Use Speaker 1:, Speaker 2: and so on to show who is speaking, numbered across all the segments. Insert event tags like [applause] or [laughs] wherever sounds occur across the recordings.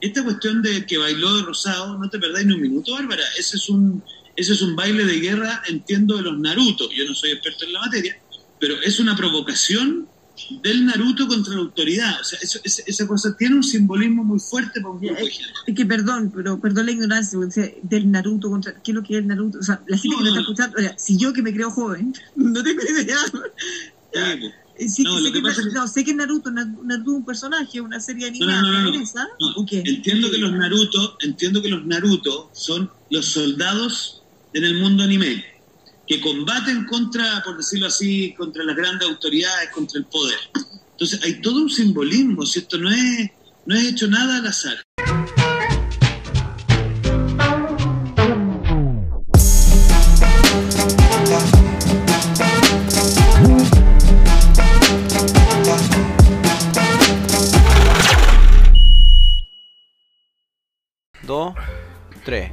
Speaker 1: Esta cuestión de que bailó de rosado, no te perdáis ni un minuto, Bárbara. Ese es un, ese es un baile de guerra, entiendo, de los Naruto. Yo no soy experto en la materia, pero es una provocación del Naruto contra la autoridad. O sea, eso, esa, esa cosa tiene un simbolismo muy fuerte para un grupo de gente.
Speaker 2: Es que perdón, pero perdón la ignorancia, o sea, del Naruto contra. ¿Qué es lo que es el Naruto? O sea, la gente
Speaker 1: No,
Speaker 2: que me
Speaker 1: no,
Speaker 2: está
Speaker 1: no.
Speaker 2: escuchando, o sea, si yo que me creo joven, [laughs] no tengo idea.
Speaker 1: Sí, pues.
Speaker 2: Sí,
Speaker 1: No, lo
Speaker 2: que
Speaker 1: que
Speaker 2: sé que
Speaker 1: pasa es que-
Speaker 2: no, sé que es Naruto, Nar- Naruto es un personaje, una
Speaker 1: no,
Speaker 2: serie animada
Speaker 1: no, no, no.
Speaker 2: japonesa,
Speaker 1: No,
Speaker 2: ¿o qué?
Speaker 1: Entiendo que los Naruto, entiendo que los Naruto son los soldados en el mundo anime, que combaten contra, por decirlo así, contra las grandes autoridades, contra el poder. Entonces hay todo un simbolismo, si esto no es, no es hecho nada al azar.
Speaker 3: Dos, tres.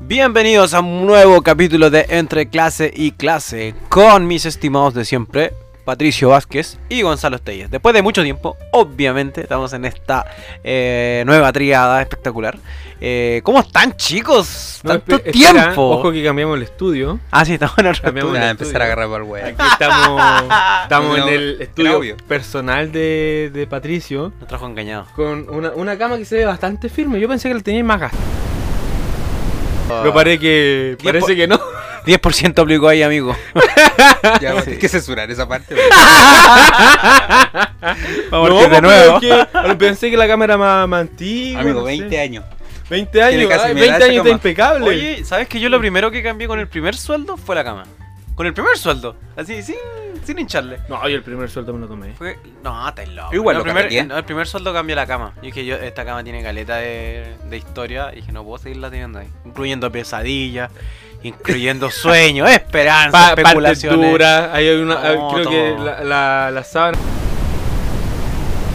Speaker 3: Bienvenidos a un nuevo capítulo de Entre clase y clase con mis estimados de siempre, Patricio Vázquez y Gonzalo Estelles. Después de mucho tiempo, obviamente, estamos en esta eh, nueva triada espectacular. Eh, ¿Cómo están, chicos?
Speaker 4: No,
Speaker 3: Tanto
Speaker 4: espe-
Speaker 3: tiempo.
Speaker 4: espera, ojo que cambiamos el estudio.
Speaker 3: Ah, sí, estamos en otro
Speaker 4: Cambiamos
Speaker 5: Voy
Speaker 4: el
Speaker 5: a
Speaker 4: estudio.
Speaker 5: empezar a agarrar por
Speaker 4: Aquí
Speaker 5: weá.
Speaker 4: estamos, estamos en el
Speaker 5: Era
Speaker 4: estudio
Speaker 5: obvio.
Speaker 4: personal de, de Patricio.
Speaker 3: Nos trajo engañado.
Speaker 4: Con una, una cama que se ve bastante firme. Yo pensé que la tenía más gasta. Pero parece que,
Speaker 3: Diez
Speaker 4: parece
Speaker 3: por-
Speaker 4: que no.
Speaker 3: 10% aplicó ahí, amigo.
Speaker 5: Ya, hay que censurar esa parte.
Speaker 3: Vamos
Speaker 4: no,
Speaker 3: a partir de
Speaker 4: pero
Speaker 3: nuevo.
Speaker 4: es que- [laughs] pensé que la cámara más, más antigua.
Speaker 5: Amigo,
Speaker 4: no sé.
Speaker 5: 20 años.
Speaker 4: 20 años.
Speaker 5: casi
Speaker 4: ay,
Speaker 5: mi
Speaker 4: 20
Speaker 5: edad esa
Speaker 4: años está
Speaker 5: cama.
Speaker 4: impecable.
Speaker 3: Oye, ¿sabes que yo lo primero que cambié con el primer sueldo fue la cama? Con el primer sueldo, así, sin, sin hincharle.
Speaker 4: No, yo el primer sueldo me lo tomé.
Speaker 3: Fue... No, estáis loco.
Speaker 5: Igual
Speaker 3: No,
Speaker 5: lo
Speaker 3: el primer,
Speaker 5: carreteé.
Speaker 3: no, el primer sueldo cambié la cama. Yo dije, yo, esta cama tiene caleta de, de historia. Y dije, no puedo seguirla teniendo ahí. Incluyendo pesadillas, [laughs] incluyendo sueños, esperanzas,
Speaker 4: Pa partes
Speaker 3: especulaciones.
Speaker 4: duras. Ahí hay una. ah,
Speaker 3: No,
Speaker 4: creo que
Speaker 3: todo.
Speaker 4: la, la, la sábana.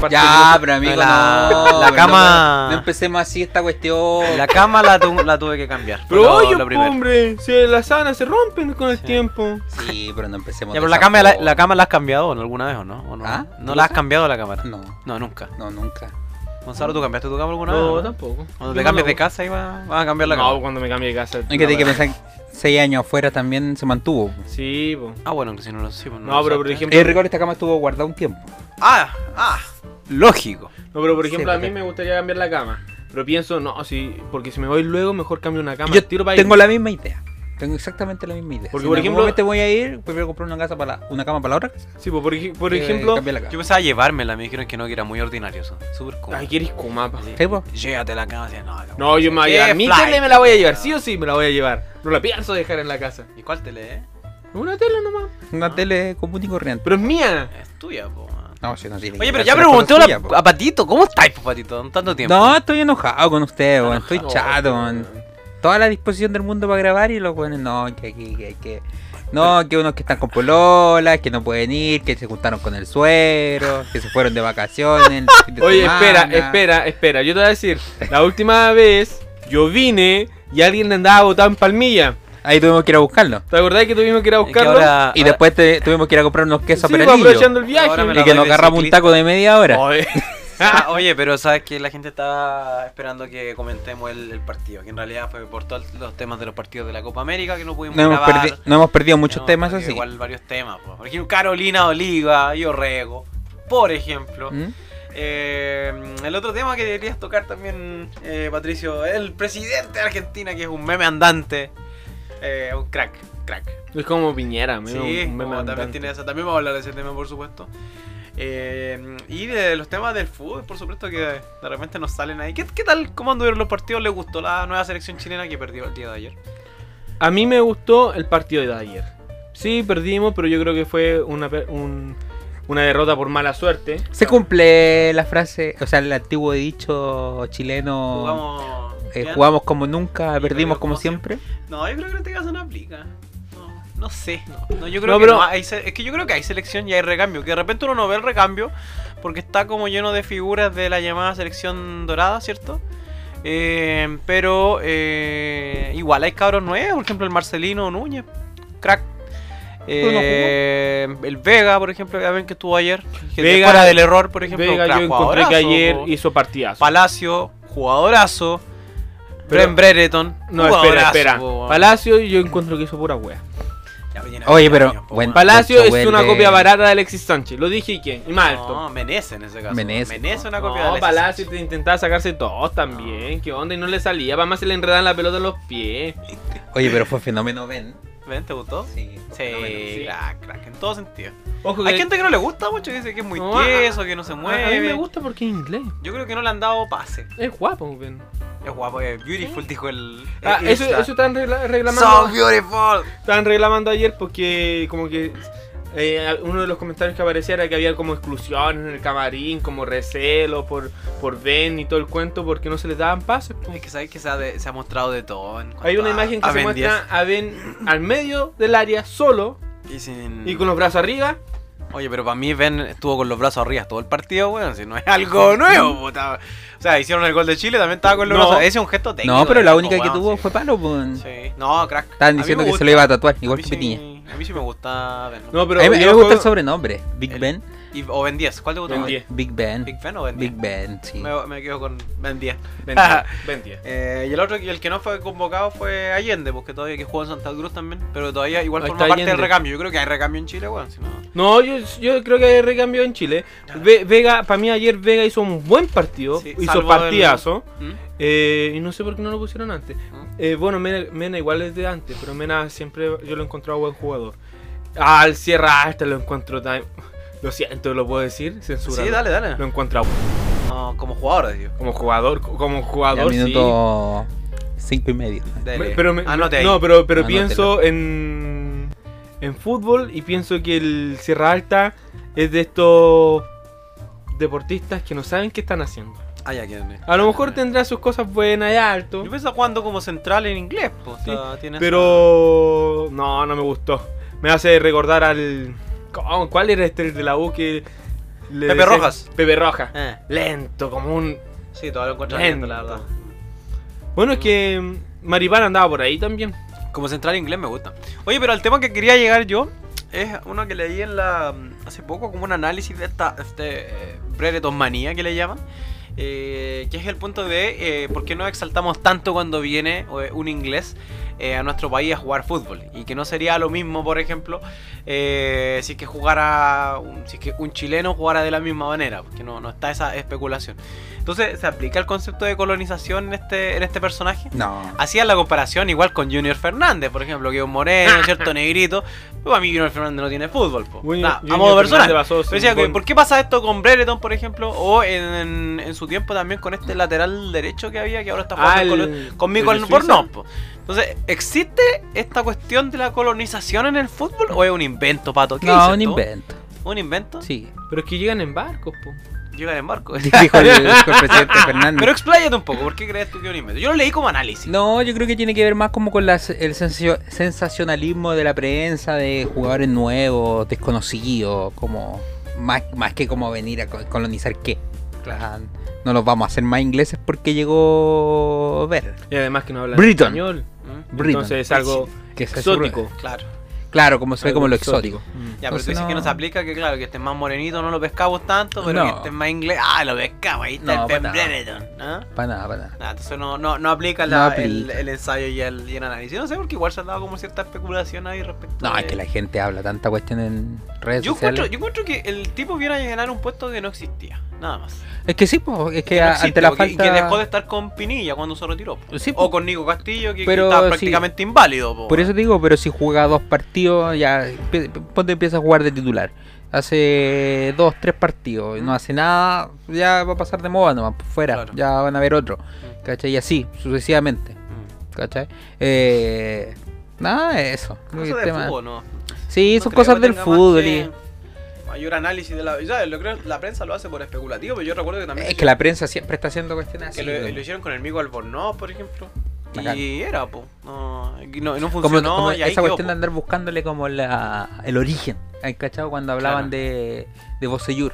Speaker 4: Parte
Speaker 5: Ya,
Speaker 4: dura.
Speaker 5: pero amigo,
Speaker 3: La-
Speaker 5: no,
Speaker 3: la
Speaker 5: no,
Speaker 3: cama-
Speaker 5: No, empecemos así esta cuestión.
Speaker 3: La cama la, tu- la tuve que cambiar. fue
Speaker 4: Pero
Speaker 3: lo-
Speaker 4: oye,
Speaker 3: lo
Speaker 4: po,
Speaker 3: primero.
Speaker 4: hombre, si las sábanas se rompen con el
Speaker 3: Sí.
Speaker 4: tiempo.
Speaker 5: Sí, pero no empecemos.
Speaker 3: Ya,
Speaker 5: de
Speaker 3: pero la
Speaker 5: esa
Speaker 3: cama, la, la
Speaker 5: forma.
Speaker 3: cama la has cambiado ¿no? alguna vez o no? ¿O no?
Speaker 5: ¿Ah? Mm.
Speaker 3: ¿No la has cambiado la cámara?
Speaker 5: No,
Speaker 3: No, nunca.
Speaker 5: no, nunca.
Speaker 3: Gonzalo, ¿tú cambiaste tu cama alguna vez? o no?
Speaker 4: tampoco.
Speaker 3: Cuando te cambies de casa ahí va- vas a cambiar la
Speaker 4: no,
Speaker 3: cama.
Speaker 4: cuando me cambie de casa.
Speaker 5: Hay que
Speaker 4: no,
Speaker 5: tener que
Speaker 4: pero-
Speaker 5: pensar 6 años afuera también se mantuvo.
Speaker 4: Sí, po.
Speaker 3: Ah, bueno, que si no lo sí, pues
Speaker 4: No,
Speaker 3: lo
Speaker 4: pero
Speaker 3: usaste.
Speaker 4: por ejemplo-
Speaker 5: En rigor, esta cama estuvo guardada un tiempo.
Speaker 3: Ah, ah, lógico.
Speaker 4: No, pero por
Speaker 5: Sí,
Speaker 4: ejemplo, a mí
Speaker 5: perfecto.
Speaker 4: me gustaría cambiar la cama. Pero pienso, no, sí, porque si me voy luego, mejor cambio una cama.
Speaker 5: Yo
Speaker 4: tiro para
Speaker 5: tengo
Speaker 4: ahí.
Speaker 5: la misma idea. Tengo exactamente la misma idea.
Speaker 4: Porque,
Speaker 5: Si
Speaker 4: por
Speaker 5: en algún
Speaker 4: ejemplo-
Speaker 5: momento voy a ir, prefiero comprar una, casa para la- una cama para la otra casa.
Speaker 4: Sí, po, por, ej- por
Speaker 5: que
Speaker 4: ejemplo.
Speaker 5: cambiar la cama.
Speaker 3: Yo pensaba llevármela, me dijeron que no, que era muy ordinario eso. Súper cómodo.
Speaker 4: Ay, quieres comapa.
Speaker 3: Sí.
Speaker 5: Sí, po.
Speaker 3: Llévate la cama, decía, no,
Speaker 4: No, yo me voy a
Speaker 3: Qué
Speaker 4: llevar. Mi
Speaker 3: fly.
Speaker 4: tele me la voy a llevar, sí o sí me la voy a llevar. No la pienso dejar en la casa.
Speaker 3: ¿Y cuál tele eh? es?
Speaker 4: Una tele nomás.
Speaker 5: Una
Speaker 3: Ah.
Speaker 5: tele común y corriente.
Speaker 4: Pero es mía.
Speaker 3: Es tuya, po. man.
Speaker 5: No, si no tiene que
Speaker 3: Oye, pero
Speaker 5: ver
Speaker 3: ya
Speaker 5: si la cosa
Speaker 3: preguntó
Speaker 5: es suya, pues. po.
Speaker 3: a Patito, ¿cómo estáis, po, Patito? en Tanto tiempo.
Speaker 5: No, estoy enojado con usted, weón. Estoy
Speaker 4: No,
Speaker 5: chato, weón. Toda la disposición del mundo para grabar y los weones, no, que aquí, que, que. No, que unos que están con pololas, que no pueden ir, que se juntaron con el suero, que se fueron de vacaciones. el fin de
Speaker 4: Oye,
Speaker 5: semana.
Speaker 4: espera, espera, espera. Yo te voy a decir, la última vez yo vine y alguien andaba botado en palmilla.
Speaker 5: Ahí tuvimos que ir a buscarlo.
Speaker 4: ¿Te acordás que tuvimos que ir a
Speaker 3: Es que
Speaker 4: buscarlo?
Speaker 3: ahora-
Speaker 5: Y después te- tuvimos que ir a comprar unos quesos
Speaker 4: Sí, pues,
Speaker 5: peranillos.
Speaker 4: aprovechando el viaje.
Speaker 3: Ahora me la
Speaker 5: Y que nos
Speaker 3: doy de
Speaker 5: agarramos un
Speaker 3: ciclista.
Speaker 5: taco de media hora.
Speaker 4: Oye.
Speaker 3: [laughs] Ah, oye, pero sabes que la gente está esperando que comentemos el, el partido, que en realidad fue por todos los temas de los partidos de la Copa América que no pudimos
Speaker 5: no, hemos
Speaker 3: grabar.
Speaker 5: perdi- no hemos perdido muchos
Speaker 3: No,
Speaker 5: temas
Speaker 3: porque
Speaker 5: así.
Speaker 3: Igual varios temas, po. por ejemplo, Carolina Oliva y Orrego, por ejemplo.
Speaker 5: ¿Mm?
Speaker 3: Eh, el otro tema que deberías tocar también, eh, Patricio, el presidente de Argentina, que es un meme andante. Eh, un crack, crack.
Speaker 4: Es como Piñera, me
Speaker 3: Sí, como también, tiene esa- también vamos a hablar de ese tema, por supuesto. Eh, y de los temas del fútbol, por supuesto, que de repente nos salen ahí. ¿Qué, qué tal? ¿Cómo anduvieron los partidos? ¿Le gustó la nueva selección chilena que perdió el día de ayer?
Speaker 4: A mí me gustó el partido de ayer. Sí, perdimos, pero yo creo que fue una, pe- un- una derrota por mala suerte.
Speaker 5: Se cumple la frase, o sea, el antiguo dicho chileno.
Speaker 3: Jugamos.
Speaker 5: Eh,
Speaker 3: bien.
Speaker 5: jugamos como nunca,
Speaker 3: Y
Speaker 5: perdimos,
Speaker 3: perdimos
Speaker 5: como
Speaker 3: como
Speaker 5: siempre.
Speaker 3: No, yo creo que en este caso no aplica. No, no sé. No, yo creo
Speaker 4: No,
Speaker 3: que
Speaker 4: pero-
Speaker 3: no. Hay se- es que yo creo que hay selección y hay recambio. Que de repente uno no ve el recambio porque está como lleno de figuras de la llamada selección dorada, ¿cierto? Eh, pero eh, igual hay cabros nuevos, por ejemplo el Marcelino Núñez, crack. Eh, el Vega, por ejemplo, ya ven que estuvo ayer. Que
Speaker 4: Vega-
Speaker 3: fuera del error, por ejemplo.
Speaker 4: Vega,
Speaker 3: crack,
Speaker 4: yo encontré que
Speaker 3: jugadorazo,
Speaker 4: ayer
Speaker 3: po.
Speaker 4: hizo partidazo.
Speaker 3: Palacio, jugadorazo.
Speaker 4: Pero-
Speaker 3: Bren Brereton,
Speaker 4: No, espera,
Speaker 3: jugadorazo,
Speaker 4: espera.
Speaker 3: po, weón.
Speaker 4: Palacio yo encuentro que hizo pura wea.
Speaker 3: Ya, oye, no,
Speaker 5: Oye,
Speaker 3: no,
Speaker 5: pero
Speaker 3: no, po,
Speaker 5: buen-
Speaker 3: weón.
Speaker 4: Palacio
Speaker 5: Pancho
Speaker 4: es
Speaker 5: vuelve-
Speaker 4: una copia barata de Alexis Sánchez. Lo dije y quién. Y más alto.
Speaker 3: Ah, No, Menezes en ese caso.
Speaker 5: Menezes,
Speaker 3: Menezes es
Speaker 5: ¿no?
Speaker 3: una
Speaker 4: No,
Speaker 3: copia de Alexis
Speaker 4: Palacio
Speaker 3: Sánchez.
Speaker 4: te intentaba sacarse dos también. ¿Qué onda? Y no le salía. Para más se le enredan la pelota en los pies.
Speaker 5: Oye, pero fue fenómeno Ben.
Speaker 3: ¿Ven? ¿Te gustó?
Speaker 5: Sí.
Speaker 3: Sí,
Speaker 4: sí.
Speaker 3: crack, crack, en todo sentido.
Speaker 4: Ojo
Speaker 3: Hay gente que no le gusta mucho, que dice que es muy
Speaker 4: No,
Speaker 3: tieso, que no
Speaker 4: a-
Speaker 3: se
Speaker 4: A mí me
Speaker 3: mueve.
Speaker 4: gusta porque es inglés.
Speaker 3: Yo creo que no le han dado pase.
Speaker 4: Es guapo, ven.
Speaker 3: Es guapo, es beautiful, dijo el.
Speaker 4: Ah,
Speaker 3: el
Speaker 4: eso,
Speaker 3: Insta.
Speaker 4: eso están regla-
Speaker 3: So
Speaker 4: reclamando.
Speaker 3: beautiful.
Speaker 4: Estaban reclamando ayer porque como que eh, uno de los comentarios que aparecía era que había como exclusiones en el camarín, como recelo por, por Ben y todo el cuento porque no se les daban pases. po.
Speaker 3: Es que sabes que se ha, de- se ha mostrado de todo. en
Speaker 4: Hay
Speaker 3: cuanto
Speaker 4: una
Speaker 3: a-
Speaker 4: imagen que
Speaker 3: Ah, a
Speaker 4: se
Speaker 3: Ben
Speaker 4: muestra a Ben al medio del área solo
Speaker 3: 10. Y sin-
Speaker 4: y con los brazos arriba.
Speaker 3: Oye, pero para mí Ben estuvo con los brazos arriba todo el partido, weón. Si no es
Speaker 5: [laughs]
Speaker 3: algo nuevo, puta. O sea, hicieron el gol de Chile, también estaba con los
Speaker 4: No.
Speaker 3: brazos. Ese es un gesto técnico.
Speaker 5: No, pero
Speaker 3: del
Speaker 5: la
Speaker 3: equipo,
Speaker 5: única que
Speaker 3: weón,
Speaker 5: tuvo
Speaker 3: sí.
Speaker 5: fue palo, po.
Speaker 3: Sí. No, crack.
Speaker 5: Estaban diciendo que se lo iba a tatuar, igual que Pitiña.
Speaker 3: A mí sí me gusta Ben.
Speaker 4: No, pero
Speaker 5: a mí, a mí
Speaker 4: yo
Speaker 5: me gusta el
Speaker 4: juego-
Speaker 5: sobrenombre. Big
Speaker 3: El-
Speaker 5: Ben.
Speaker 3: Y- o Ben 10. ¿Cuál te gusta
Speaker 4: Ben
Speaker 3: más?
Speaker 4: 10.
Speaker 5: Big Ben.
Speaker 3: ¿Big Ben o Ben 10?
Speaker 5: Big Ben, sí.
Speaker 3: Me, me quedo con Ben 10.
Speaker 4: Ben diez, Ben diez.
Speaker 3: Eh, y el otro, y el que no fue convocado fue Allende, porque todavía que jugó en Santa Cruz también, pero todavía igual
Speaker 4: Ahí
Speaker 3: forma
Speaker 4: está
Speaker 3: parte del
Speaker 4: Allende.
Speaker 3: recambio. Yo creo que hay recambio en Chile, weón. si no-
Speaker 4: No, yo, yo creo que hay recambio en Chile. Ve- Vega, para mí ayer Vega hizo un buen partido,
Speaker 3: Sí,
Speaker 4: hizo
Speaker 3: salvo el-
Speaker 4: partidazo.
Speaker 3: ¿Mm?
Speaker 4: Eh, y no sé por qué no lo pusieron antes.
Speaker 3: Ah.
Speaker 4: Eh, bueno, Mena, Mena igual es de antes, pero Mena siempre yo lo he encontrado buen jugador. Al Sierra hasta lo encuentro tan... Lo siento, lo puedo decir, censura.
Speaker 3: Sí, dale, dale.
Speaker 4: Lo he encontrado
Speaker 3: No, como jugador, digo.
Speaker 4: como jugador, como
Speaker 5: Ya,
Speaker 4: jugador, sí.
Speaker 5: minuto cinco y medio.
Speaker 3: Dele.
Speaker 4: Me- pero me-
Speaker 3: Anote ahí.
Speaker 4: no, pero, pero
Speaker 5: Anótelo.
Speaker 4: pienso en, en fútbol y pienso que el Sierra Alta es de estos deportistas que no saben qué están haciendo.
Speaker 3: Ah, ya, ¿quién es?
Speaker 4: A lo mejor tendrá sus cosas buenas y alto,
Speaker 3: Yo pensaba jugando como central en inglés, po, o sea, tiene
Speaker 4: pero no, no me gustó. Me hace recordar al... ¿cómo? ¿Cuál era este de la U que... le
Speaker 3: Pepe Rojas.
Speaker 4: Pepe Rojas.
Speaker 3: esa- Eh,
Speaker 4: Lento, como un...
Speaker 3: sí, todavía lo encuentro
Speaker 4: Lento.
Speaker 3: lento, la verdad.
Speaker 4: Bueno, es que mm, Maripán andaba por ahí también.
Speaker 3: Como central inglés me gusta. Oye, pero al tema que quería llegar yo es uno que leí en la hace poco como un análisis de esta este eh, Brereton manía que le llaman. eh, que es el punto de eh, por qué nos exaltamos tanto cuando viene eh, un inglés eh, a nuestro país a jugar fútbol y que no sería lo mismo por ejemplo eh, si es que jugara un, si es que un chileno jugara de la misma manera porque no, no está esa especulación entonces se aplica el concepto de colonización en este en este personaje
Speaker 5: No.
Speaker 3: Hacían la comparación igual con Junior Fernández, por ejemplo, que es un
Speaker 5: [laughs]
Speaker 3: moreno, cierto negrito. Pero a mí Junior Fernández no tiene fútbol, po.
Speaker 4: Junior-
Speaker 3: Nah, a
Speaker 4: Junior
Speaker 3: modo
Speaker 4: Fernández
Speaker 3: personal.
Speaker 4: pasó
Speaker 3: Pero decía
Speaker 4: sin
Speaker 3: que,
Speaker 4: gol.
Speaker 3: ¿Por qué pasa esto con Brereton, por ejemplo? O en, en- en su tiempo también con este lateral derecho que había, que ahora está jugando
Speaker 4: Ah,
Speaker 3: en
Speaker 4: el-
Speaker 3: Colo- conmigo
Speaker 4: el
Speaker 3: en
Speaker 4: Suiza.
Speaker 3: Bornos, po. Entonces, ¿existe esta cuestión de la colonización en el fútbol o es un invento, pato? ¿Qué
Speaker 5: No,
Speaker 3: dices
Speaker 5: un
Speaker 3: tú?
Speaker 5: invento.
Speaker 3: ¿Un invento? [laughs]
Speaker 5: Sí.
Speaker 4: Pero es que llegan en barcos, po.
Speaker 3: Llegan en barco. [laughs]
Speaker 5: Dijo el, dijo el presidente Fernández.
Speaker 3: Pero expláyate un poco, ¿por qué crees tú que es un invento? Yo lo leí como análisis.
Speaker 5: No, yo creo que tiene que ver más como con la se- el sensacio- sensacionalismo de la prensa, de jugadores nuevos, desconocidos, como más, más que como venir a co- colonizar qué. Claro, No los vamos a hacer más ingleses porque llegó Ver.
Speaker 4: Y además que no hablan
Speaker 5: Briton.
Speaker 4: español.
Speaker 3: ¿Mm?
Speaker 4: Entonces es algo
Speaker 5: que es
Speaker 4: exótico.
Speaker 3: Claro.
Speaker 5: Claro, como se ve como lo exótico.
Speaker 3: Ya, pero tú
Speaker 5: Entonces,
Speaker 3: dices que no
Speaker 5: no.
Speaker 3: se aplica, que claro, que estén más morenitos no lo pescamos tanto, pero
Speaker 5: No.
Speaker 3: que estén más inglés, ah, lo pescamos, ahí está
Speaker 5: No,
Speaker 3: el Ben
Speaker 5: para nada.
Speaker 3: Brereton, ¿ah?
Speaker 5: Para nada, para nada.
Speaker 3: Nah, entonces no, no, no aplica, la-
Speaker 5: No aplica.
Speaker 3: El, el ensayo y el, y el análisis. No sé, porque igual se ha dado como cierta especulación ahí respecto
Speaker 5: No,
Speaker 3: de-
Speaker 5: es que la gente habla tanta cuestión en redes
Speaker 3: Eh, yo encuentro,
Speaker 5: sociales.
Speaker 3: yo encuentro que el tipo viene a llenar un puesto que no existía, nada más.
Speaker 5: Es que sí, pues, es que,
Speaker 3: Que no
Speaker 5: a-
Speaker 3: existe,
Speaker 5: ante la
Speaker 3: porque- y
Speaker 5: falta...
Speaker 3: que dejó de estar con Pinilla cuando se retiró. po.
Speaker 5: Sí,
Speaker 3: o
Speaker 5: po.
Speaker 3: con Nico Castillo, que, que
Speaker 5: Pero
Speaker 3: estaba
Speaker 5: sí.
Speaker 3: prácticamente inválido. po.
Speaker 5: Por eso te digo, pero si juega dos partidos, ya empie- ponte empieza a jugar de titular. Hace dos, tres partidos, y no hace nada, ya va a pasar de moda nomás, pues, fuera,
Speaker 3: Mm. Claro.
Speaker 5: ya van a ver otro. ¿Cachai? Y así, sucesivamente.
Speaker 3: Mm.
Speaker 5: ¿Cachai? Eh, nada de eso. creo
Speaker 3: Cosas
Speaker 5: que el
Speaker 3: de
Speaker 5: tema-
Speaker 3: fútbol, ¿no?
Speaker 5: Sí,
Speaker 3: No creo
Speaker 5: son
Speaker 3: que
Speaker 5: cosas del
Speaker 3: tenga más
Speaker 5: fútbol.
Speaker 3: que
Speaker 5: y-
Speaker 3: Mayor análisis de la. Ya, lo creo, la prensa lo hace por especulativo, pero yo recuerdo que también.
Speaker 5: Es que la prensa siempre está haciendo cuestiones así.
Speaker 3: que lo,
Speaker 5: pues.
Speaker 3: lo hicieron con el Mico Albornoz, por ejemplo.
Speaker 5: Bacán.
Speaker 3: Y era, po. No, y no, y no
Speaker 5: como,
Speaker 3: funcionó.
Speaker 5: como
Speaker 3: y ahí
Speaker 5: esa
Speaker 3: quedó,
Speaker 5: cuestión
Speaker 3: po.
Speaker 5: de andar buscándole como la, el origen. ¿Hay cachado? Cuando hablaban
Speaker 3: Claro.
Speaker 5: de, de Bocellur.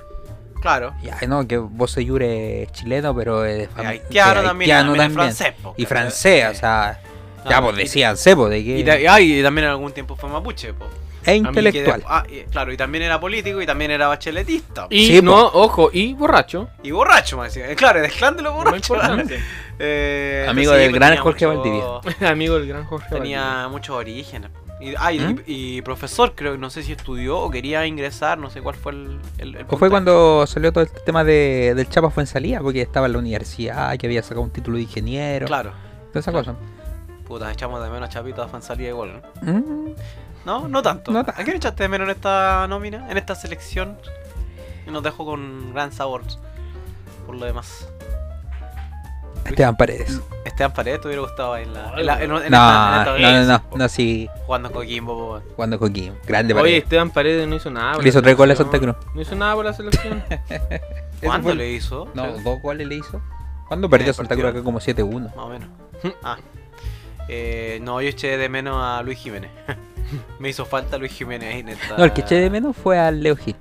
Speaker 3: Claro.
Speaker 5: Ya, no, que Bocellur es chileno, pero es
Speaker 3: Y
Speaker 5: fam-
Speaker 3: haitiano
Speaker 5: es
Speaker 3: también,
Speaker 5: haitiano
Speaker 3: también es
Speaker 5: también.
Speaker 3: francés, po,
Speaker 5: Y
Speaker 3: ¿cachai?
Speaker 5: francés, o
Speaker 3: Sí.
Speaker 5: sea,
Speaker 3: Ah,
Speaker 5: ya pues
Speaker 3: y-
Speaker 5: decían, sé, pues, de que...
Speaker 3: Y, ta- ay, y también en algún tiempo fue mapuche, po.
Speaker 4: mí
Speaker 5: e
Speaker 3: Y que de-
Speaker 5: intelectual.
Speaker 3: ah, y- claro, y también era político y también era bacheletista. Y,
Speaker 4: Y
Speaker 5: Sí,
Speaker 4: no, ojo, y borracho.
Speaker 3: borracho, más encima. Claro, mezclándolo
Speaker 4: Muy
Speaker 3: borracho.
Speaker 4: importante. [laughs]
Speaker 3: Eh,
Speaker 5: Amigo
Speaker 3: entonces,
Speaker 5: del
Speaker 3: pues,
Speaker 5: gran
Speaker 3: tenía
Speaker 5: Jorge
Speaker 3: mucho-
Speaker 5: Valdivia.
Speaker 4: Amigo del gran Jorge.
Speaker 3: Tenía muchos orígenes. Y, ah, y,
Speaker 5: ¿Mm?
Speaker 3: y profesor, creo, no sé si estudió o quería ingresar, no sé cuál fue el. el, el
Speaker 5: O
Speaker 3: puntaje.
Speaker 5: fue cuando salió todo este tema de, del Chapa fue en salida, porque estaba en la universidad, que había sacado un título de ingeniero,
Speaker 3: Claro.
Speaker 5: toda esa
Speaker 3: claro.
Speaker 5: cosa.
Speaker 3: Puta, echamos de menos a Chapita a salida igual, ¿no?
Speaker 5: Mm,
Speaker 3: No, no tanto.
Speaker 5: No ta-
Speaker 3: ¿A quién echaste de menos en esta nómina? En esta selección. Y nos dejó con gran sabor. Por lo demás.
Speaker 5: Esteban Paredes.
Speaker 3: Esteban Paredes te hubiera gustado ahí en la. En la- en- en
Speaker 5: No,
Speaker 3: esta- en
Speaker 5: no,
Speaker 3: esta
Speaker 5: no, no,
Speaker 3: vez,
Speaker 5: no, sí,
Speaker 3: Jugando en Coquimbo, po, weón.
Speaker 5: cuando Coquín, grande
Speaker 4: Oye,
Speaker 5: Paredes.
Speaker 4: Esteban Paredes no hizo nada. por
Speaker 5: Le
Speaker 4: la
Speaker 5: hizo tres goles a Santa
Speaker 4: selección.
Speaker 5: Cruz.
Speaker 4: No hizo nada por la [laughs] selección.
Speaker 5: Ese
Speaker 3: ¿Cuándo
Speaker 5: fue el-
Speaker 3: le hizo?
Speaker 5: No,
Speaker 3: Más
Speaker 5: dos goles le hizo. ¿Cuándo
Speaker 3: En
Speaker 5: perdió
Speaker 3: el
Speaker 5: Santa Cruz
Speaker 3: partido.
Speaker 5: acá como 7-1?
Speaker 3: o menos. [laughs] Ah. Eh, no, yo eché de menos a Luis Jiménez. [laughs] Me hizo falta Luis Jiménez ahí en esta.
Speaker 5: No, el que eché de menos fue al Leo Gil,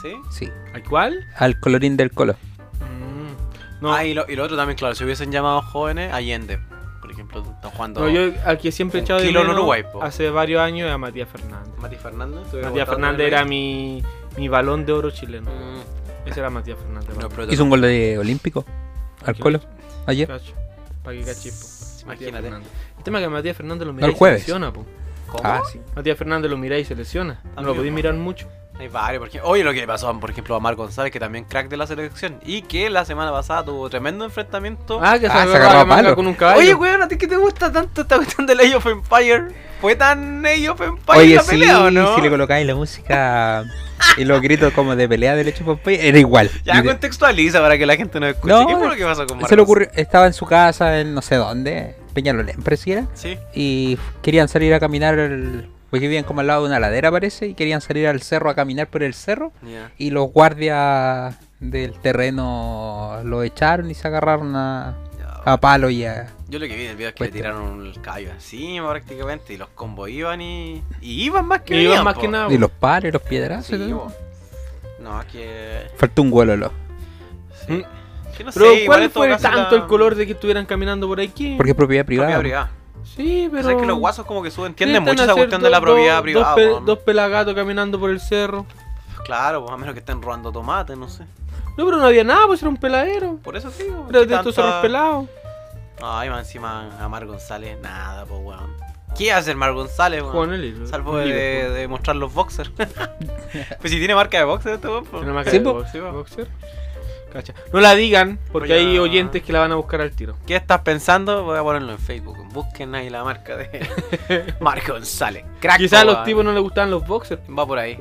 Speaker 3: ¿Sí?
Speaker 5: sí,
Speaker 4: ¿Al cuál?
Speaker 5: al colorín del colo.
Speaker 4: Mm, No,
Speaker 3: Ah, y lo, y lo otro también, claro, si hubiesen llamado jóvenes, Allende. Por ejemplo, están jugando.
Speaker 4: no, yo al que siempre he
Speaker 3: Un
Speaker 4: echado de
Speaker 3: kilo en
Speaker 4: menos
Speaker 3: Uruguay, po.
Speaker 4: hace varios años es a Matías Fernández.
Speaker 3: Mati Fernández. te hubiera
Speaker 4: Matías
Speaker 3: gustado
Speaker 4: Fernández
Speaker 3: tenerlo
Speaker 4: era
Speaker 3: ahí.
Speaker 4: mi, mi balón de oro chileno. [laughs]
Speaker 3: Mm,
Speaker 4: Ese era Matías Fernández.
Speaker 3: no, pero-
Speaker 5: Hizo un gol de olímpico al
Speaker 4: Qué
Speaker 5: colo
Speaker 4: cacho,
Speaker 5: ayer.
Speaker 4: cacho. Pa' que cachis, po. Matías
Speaker 3: Imagínate.
Speaker 4: Fernández. El tema es que Matías Fernández lo mira
Speaker 5: el
Speaker 4: y se
Speaker 5: jueves.
Speaker 4: lesiona, po.
Speaker 3: ¿Cómo?
Speaker 5: Ah, sí.
Speaker 4: Matías Fernández lo mira y se lesiona. No
Speaker 3: Amigo,
Speaker 4: lo podéis
Speaker 3: po.
Speaker 4: mirar mucho.
Speaker 3: Hay varios, porque oye lo que le pasó, por ejemplo, a Mar González, que también crack de la selección, y que la semana pasada tuvo tremendo enfrentamiento.
Speaker 4: Ah, que se,
Speaker 5: Ah, se
Speaker 4: agarraba
Speaker 5: agarraba
Speaker 4: la manga
Speaker 5: palo.
Speaker 4: con un caballo.
Speaker 3: oye, weón, ¿a ti qué te gusta tanto esta cuestión del Age of Empire? ¿Fue tan Age of Empire
Speaker 5: Oye,
Speaker 3: la
Speaker 5: sí,
Speaker 3: pelea o no?
Speaker 5: si le colocáis la música y los gritos como de pelea del hecho Pompeya, era igual.
Speaker 3: ya
Speaker 5: Literal.
Speaker 3: contextualiza para que la gente no escuche.
Speaker 5: No,
Speaker 3: ¿Qué fue lo que pasó con Mar
Speaker 5: Se
Speaker 3: González?
Speaker 5: le ocurrió, estaba en su casa, en no sé dónde, Peñalolén, parece que era,
Speaker 3: Sí,
Speaker 5: y querían salir a caminar, el- porque vivían como al lado de una ladera, parece, y querían salir al cerro a caminar por el cerro,
Speaker 3: ya.
Speaker 5: y los guardias del terreno lo echaron y se agarraron a,
Speaker 3: ya.
Speaker 4: Ah.
Speaker 5: a palo y a...
Speaker 3: Yo lo que vi en el video es que le
Speaker 5: Cuesta.
Speaker 3: tiraron el callo encima prácticamente, y los combos iban y. Y iban más que
Speaker 4: Y iba
Speaker 3: venían,
Speaker 4: más
Speaker 3: po.
Speaker 4: que nada.
Speaker 5: Y
Speaker 4: po.
Speaker 5: los palos, y los piedrazos.
Speaker 3: Sí,
Speaker 5: y todo.
Speaker 3: po. No, es que.
Speaker 5: Faltó un gololo.
Speaker 3: Sí. Que no
Speaker 4: Mm. Pero
Speaker 3: sé, igual
Speaker 4: ¿cuál
Speaker 3: en todo
Speaker 4: fue
Speaker 3: caso
Speaker 4: tanto
Speaker 3: la-
Speaker 4: el color de que estuvieran caminando por aquí?
Speaker 5: Porque es propiedad privada.
Speaker 3: propiedad privada.
Speaker 4: Sí, pero...
Speaker 3: O sea, es que los guasos como que suben, entienden
Speaker 4: Necesitan
Speaker 3: mucho esa
Speaker 4: hacer
Speaker 3: cuestión
Speaker 4: dos-
Speaker 3: de la propiedad
Speaker 4: dos-
Speaker 3: privada.
Speaker 4: Dos, pe-
Speaker 3: po, ¿no?
Speaker 4: dos pelagatos caminando por el cerro.
Speaker 3: Claro, pues a menos que estén robando tomates, no sé.
Speaker 4: No, pero no había nada, pues era un peladero.
Speaker 3: Por eso sí, pues,
Speaker 4: Era de
Speaker 3: si
Speaker 4: estos
Speaker 3: tanta-
Speaker 4: cerros pelados.
Speaker 3: Ay, más encima a Mar González, nada, pues weón. ¿Qué hace el Mar González, weón?
Speaker 4: Con el libro.
Speaker 3: Salvo
Speaker 4: Un pues.
Speaker 3: de,
Speaker 4: libro.
Speaker 3: de mostrar los
Speaker 4: [laughs]
Speaker 3: boxers. [laughs] pues si tiene marca de boxer este weón, pues.
Speaker 4: Tiene marca
Speaker 5: Sí,
Speaker 4: de
Speaker 5: po.
Speaker 4: boxer, boxer. Cacha. No la digan, porque
Speaker 3: Voy a-
Speaker 4: hay oyentes que la van a buscar al tiro.
Speaker 3: ¿Qué estás pensando? Voy a ponerlo en Facebook. Busquen ahí la marca
Speaker 4: [laughs]
Speaker 3: de Mar González. Crack,
Speaker 4: Quizás a
Speaker 3: po,
Speaker 4: los
Speaker 3: weón.
Speaker 4: tipos no les gustaban los boxers.
Speaker 3: Va por ahí.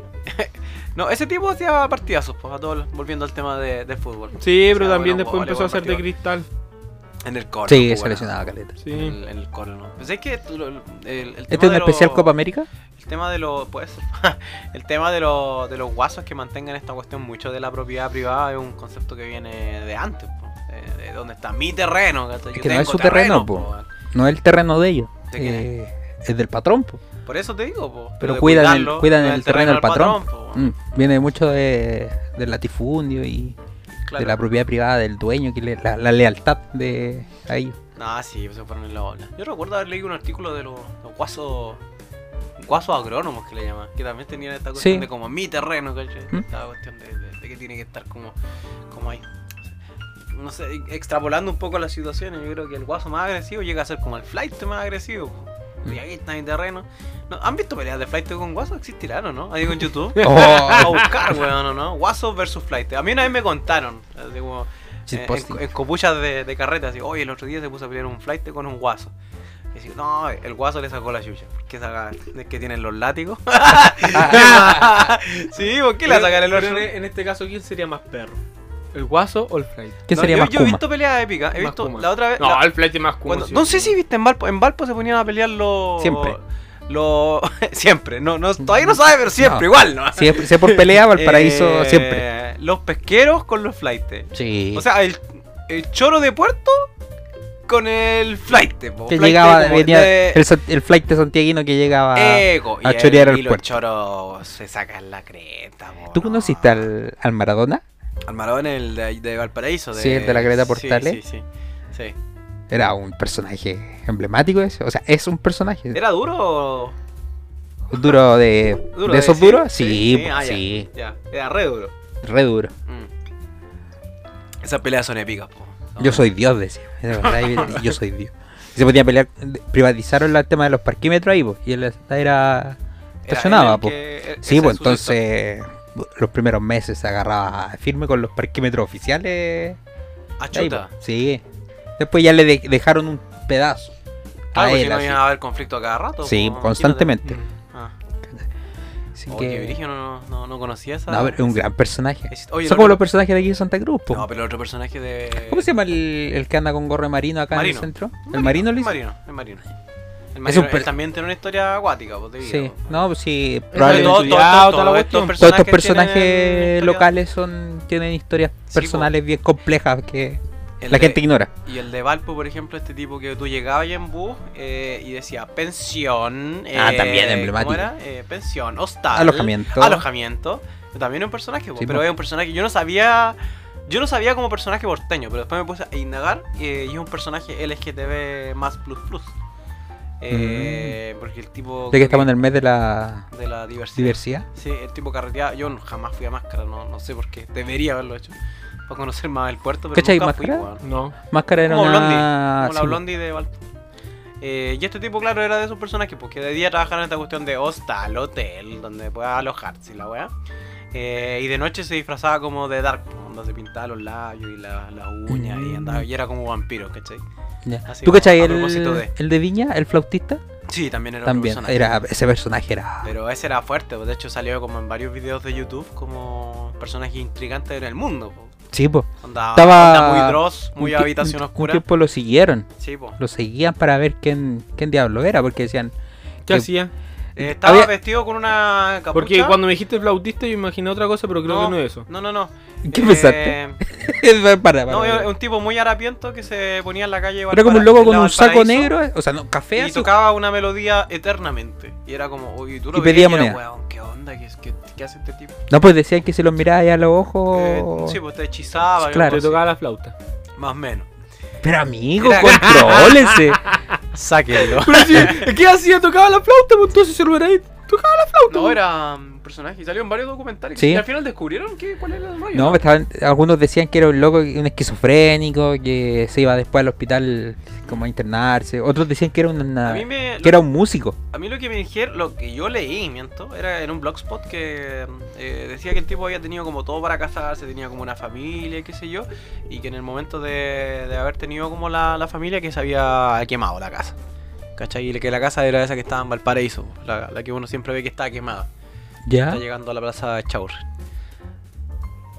Speaker 3: [laughs] no, ese tipo hacía partidazos, pues, a todos, volviendo al tema de, del fútbol.
Speaker 4: Sí, pero
Speaker 3: O sea,
Speaker 4: también
Speaker 3: bueno,
Speaker 4: después
Speaker 3: vale,
Speaker 4: empezó
Speaker 3: bueno,
Speaker 4: a hacer de
Speaker 3: partido.
Speaker 4: cristal.
Speaker 3: En el coro.
Speaker 5: Sí,
Speaker 3: pues,
Speaker 5: se
Speaker 3: weón.
Speaker 5: lesionaba caleta.
Speaker 4: Sí.
Speaker 3: En el, en el coro, ¿no? Pensé que tú lo- el, el tema
Speaker 5: ¿Este es un
Speaker 3: de
Speaker 5: especial
Speaker 3: lo-
Speaker 5: Copa América?
Speaker 3: El tema de los. Puede ser. [laughs] el tema de, lo- de los guasos que mantengan esta cuestión mucho de la propiedad privada es un concepto que viene de antes, po. De, de donde está mi terreno. ¿cachai?
Speaker 5: Es
Speaker 3: Yo
Speaker 5: que no es
Speaker 3: tengo
Speaker 5: su terreno, po.
Speaker 3: weón.
Speaker 5: No es el terreno de ellos.
Speaker 3: ¿De quién
Speaker 5: eh, es del patrón, po.
Speaker 3: Por eso te digo, po.
Speaker 5: Pero
Speaker 3: de
Speaker 5: cuidan el-
Speaker 3: cuidarlo,
Speaker 5: cuidan
Speaker 3: cuidan
Speaker 5: el terreno del patrón,
Speaker 3: po, weón.
Speaker 5: Mm, Viene mucho de, del latifundio y
Speaker 3: Claro.
Speaker 5: de la propiedad privada del dueño, que le- la, la lealtad de
Speaker 3: [laughs]
Speaker 5: a ellos.
Speaker 3: Ah, sí, se fueron en la ola. Yo recuerdo haber leído un artículo de los, los guasos. Guasos agrónomos que le llaman, que también tenían esta cuestión
Speaker 5: Sí.
Speaker 3: de como mi terreno, ¿cachai?
Speaker 5: ¿Mm?
Speaker 3: Esta cuestión de, de- de que tiene que estar como, como ahí. No sé, extrapolando un poco las situaciones, yo creo que el guaso más agresivo llega a ser como el flight más agresivo.
Speaker 5: Mm.
Speaker 3: po. Y aquí está mi terreno. No, ¿Han visto peleas de flight con guaso? ¿Existirán o no? Ahí en
Speaker 5: [laughs]
Speaker 3: YouTube.
Speaker 5: Oh.
Speaker 4: [laughs]
Speaker 3: a buscar, weón, ¿o ¿no? Guasos versus flight. A mí una vez me contaron. así como,
Speaker 5: Sí,
Speaker 3: eh,
Speaker 5: posting.
Speaker 3: en, en copuchas de, de carreta, así, oye, el otro día se puso a pelear un flight con un guaso. Y así, no, el guaso le sacó la chucha. ¿Qué saca? ¿Es que tienen los látigos? [laughs] sí, ¿por qué la
Speaker 4: Pero-
Speaker 3: sacan el
Speaker 4: pero
Speaker 3: otro?
Speaker 4: en- En este caso, ¿quién sería más perro? ¿El guaso o el flight?
Speaker 5: ¿Qué
Speaker 3: No,
Speaker 5: sería
Speaker 3: yo,
Speaker 5: más
Speaker 3: yo he
Speaker 5: Kuma?
Speaker 3: visto peleas épicas. He
Speaker 4: Más
Speaker 3: visto
Speaker 4: Kuma.
Speaker 3: la otra vez.
Speaker 4: No,
Speaker 3: la-
Speaker 4: el flight es más como.
Speaker 3: cuando- no sé si viste en Valpo. En Valpo se ponían a pelear los.
Speaker 5: Siempre. Mm.
Speaker 3: Los. [laughs] siempre. No, no, todavía no sabe, pero siempre,
Speaker 5: No.
Speaker 3: igual, ¿no?
Speaker 5: Si es, si es
Speaker 3: [laughs]
Speaker 5: por pelea, Valparaíso
Speaker 3: Eh,
Speaker 5: siempre.
Speaker 3: Los pesqueros con los flightes.
Speaker 5: Sí.
Speaker 3: O sea, el, el choro de puerto con el flight. po.
Speaker 5: que
Speaker 3: Flaite
Speaker 5: llegaba,
Speaker 3: como
Speaker 5: venía
Speaker 3: de- Eh.
Speaker 5: el, sa- el flight de santiaguino que llegaba.
Speaker 3: Ego.
Speaker 5: a
Speaker 3: y
Speaker 5: chorear
Speaker 3: el,
Speaker 5: al
Speaker 3: y los
Speaker 5: puerto.
Speaker 3: choros se sacan la creta. po,
Speaker 5: ¿Tú
Speaker 3: no.
Speaker 5: conociste al, al Maradona?
Speaker 3: Al Maradona, el de, de Valparaíso.
Speaker 5: Sí, el de la Greta Portales.
Speaker 3: Sí, sí, sí. Sí.
Speaker 5: Era un personaje emblemático ese. O sea, es un personaje.
Speaker 3: ¿Era duro o-
Speaker 5: Duro de.
Speaker 3: Duro
Speaker 5: ¿De esos
Speaker 3: decir?
Speaker 5: duros? Sí, pues, sí.
Speaker 3: Ah, ya, Ya, Era re duro.
Speaker 5: Re duro.
Speaker 3: Mm. Esas peleas son épicas, po. No.
Speaker 5: Yo soy Dios, decía. De verdad,
Speaker 3: [laughs]
Speaker 5: y- yo soy Dios. Y se podían pelear. Privatizaron la- el tema de los parquímetros ahí, po, Y el era.
Speaker 3: Era él
Speaker 5: Estacionaba,
Speaker 3: el
Speaker 5: po.
Speaker 3: que- e-
Speaker 5: Sí,
Speaker 3: ese
Speaker 5: pues
Speaker 3: sujeto.
Speaker 5: entonces. Los primeros meses se agarraba firme con los parquímetros oficiales.
Speaker 3: Ah,
Speaker 5: Ahí,
Speaker 3: chuta.
Speaker 5: po. Sí. Después ya le de- dejaron un pedazo.
Speaker 3: Claro,
Speaker 5: a
Speaker 3: Ah, porque si
Speaker 5: él,
Speaker 3: no
Speaker 5: así.
Speaker 3: iba a haber conflicto a cada rato.
Speaker 5: Sí,
Speaker 3: po,
Speaker 5: constantemente.
Speaker 3: imagínate.
Speaker 4: Mm.
Speaker 3: Ah.
Speaker 5: Así
Speaker 3: Oh,
Speaker 5: que-
Speaker 3: qué brígido, no, no, no conocía esa.
Speaker 5: No, pero es un
Speaker 3: esa-
Speaker 5: gran personaje.
Speaker 3: es- oye,
Speaker 5: Son
Speaker 3: lo-
Speaker 5: como los personajes de aquí de Santa Cruz, pues. po.
Speaker 3: No, pero el otro personaje de.
Speaker 5: ¿Cómo se llama el, el que anda con gorro de marino acá en
Speaker 3: Marino.
Speaker 5: el centro? ¿El marino,
Speaker 3: El
Speaker 5: Luis?
Speaker 3: marino, el marino. El marino
Speaker 5: Es un
Speaker 3: él
Speaker 5: per-
Speaker 3: también tiene una historia acuática, pues, de vida.
Speaker 5: Sí,
Speaker 3: po.
Speaker 5: no, pues sí,
Speaker 3: Sobre todo,
Speaker 5: probablemente.
Speaker 4: Entonces,
Speaker 3: todo-
Speaker 4: estudiado,
Speaker 3: todo-
Speaker 4: toda la
Speaker 3: todos
Speaker 4: cuestión.
Speaker 3: estos
Speaker 4: Todos
Speaker 5: Todos estos
Speaker 3: personajes tienen
Speaker 5: personajes
Speaker 3: historia.
Speaker 5: locales son tienen historias
Speaker 3: Sí, pues.
Speaker 5: personales bien complejas que
Speaker 3: El
Speaker 5: la
Speaker 3: de-
Speaker 5: gente ignora.
Speaker 3: Y el de Valpo, por ejemplo, este tipo que tú llegabas ya en bus eh, y decía pensión.
Speaker 5: Ah,
Speaker 3: eh,
Speaker 5: también
Speaker 3: ¿cómo
Speaker 5: emblemático. Ah,
Speaker 3: era? Eh, pensión, hostal.
Speaker 5: Alojamiento.
Speaker 3: Alojamiento. También es un personaje, po,
Speaker 5: Sí,
Speaker 3: pero
Speaker 5: po.
Speaker 3: es un personaje. Yo no sabía. Yo no sabía como personaje porteño, pero después me puse a indagar eh, y es un personaje LGTB más plus plus. Eh, Porque el tipo.
Speaker 5: Mm. De que
Speaker 3: creo
Speaker 5: estamos en el mes de la
Speaker 3: de la diversidad.
Speaker 5: diversidad.
Speaker 3: Sí, el tipo carreteaba. Yo no- jamás fui a máscara, no, no sé por qué. Debería haberlo hecho. Para conocer más el puerto, pero
Speaker 5: ¿Cachai,
Speaker 3: nunca fui,
Speaker 5: Máscara?
Speaker 3: weón.
Speaker 4: No.
Speaker 5: Máscara era
Speaker 3: Como
Speaker 5: una
Speaker 3: Como la
Speaker 5: Ah, sí,
Speaker 3: Blondie de Balto. Eh, y este tipo, claro, era de esos personajes, porque de día trabajaban en esta cuestión de hostal, hotel, donde pueda alojarse y la weá. Eh, y de noche se disfrazaba como de Dark, donde se pintaba los labios y la- las uñas y
Speaker 5: Mm.
Speaker 3: andaba, y era como vampiro, ¿cachai?
Speaker 5: ya.
Speaker 3: Así
Speaker 5: ¿Tú
Speaker 3: como
Speaker 5: cachai
Speaker 3: a
Speaker 5: el,
Speaker 3: propósito de-
Speaker 5: el de Viña, el flautista?
Speaker 3: Sí, también era
Speaker 5: También,
Speaker 3: un
Speaker 5: era, ese personaje era...
Speaker 3: Pero ese era fuerte, pues, de hecho salió como en varios videos de YouTube como personaje intrigante en el mundo. po.
Speaker 5: Sí, po.
Speaker 3: Onda,
Speaker 5: Estaba-
Speaker 3: onda muy dross, muy
Speaker 5: Un ti-
Speaker 3: habitación
Speaker 5: un-
Speaker 3: oscura.
Speaker 5: Un tiempo lo siguieron,
Speaker 3: Sí, po.
Speaker 5: lo seguían para ver quién, quién diablo era, porque decían...
Speaker 4: ¿Qué
Speaker 5: Eh,
Speaker 4: hacía?
Speaker 3: Eh, estaba
Speaker 5: Había-
Speaker 3: vestido con una capucha.
Speaker 4: Porque cuando me dijiste flautista yo imaginé otra cosa, pero creo que no es eso.
Speaker 3: No, no, no.
Speaker 5: ¿Qué
Speaker 3: Eh,
Speaker 5: pensaste? [laughs] para, para,
Speaker 3: No,
Speaker 5: para.
Speaker 3: era un tipo muy harapiento que se ponía en la calle. de
Speaker 5: Era como un loco con un
Speaker 3: Valparaíso
Speaker 5: saco negro, o sea, no, café
Speaker 3: Y
Speaker 5: así.
Speaker 3: tocaba una melodía eternamente. Y era como, uy, tú lo
Speaker 5: Y
Speaker 3: veías
Speaker 5: pedía
Speaker 3: era,
Speaker 5: moneda.
Speaker 3: "Weón, ¿Qué onda? ¿Qué, qué, qué hace este tipo?
Speaker 5: No, pues decían que si los miraba ya a los ojos...
Speaker 3: Eh, sí, pues te hechizaba. y
Speaker 5: Oh. Claro.
Speaker 4: Te
Speaker 3: algo
Speaker 4: tocaba la flauta.
Speaker 3: así. Más o menos.
Speaker 5: Pero amigo,
Speaker 3: Era-
Speaker 5: controlense.
Speaker 3: [laughs] Sáquenlo.
Speaker 4: Pero sí, [laughs] ¿qué hacía? Tocaba la flauta, pues entonces se lo hubiera ido. Tocaba la flauta.
Speaker 3: no, era un personaje. Y salió en varios documentales.
Speaker 5: Sí.
Speaker 3: Y al final descubrieron que, cuál era el rollo.
Speaker 5: No, estaban, algunos decían que era un loco, un esquizofrénico, que se iba después al hospital como a internarse. Otros decían que era una,
Speaker 3: A mí me.
Speaker 5: Ah, que era un músico.
Speaker 3: A mí lo que me dijeron, lo que yo leí, miento, era en un blogspot que eh, decía que el tipo había tenido como todo para casarse, tenía como una familia, y qué sé yo, y que en el momento de, de haber tenido como la, la familia que se había quemado la casa. ¿Cachai? Y que la casa era esa que estaba en Valparaíso, la, la que uno siempre ve que está quemada.
Speaker 5: Ya.
Speaker 3: Está
Speaker 5: ¿Ah?
Speaker 3: llegando a la plaza de Chaur.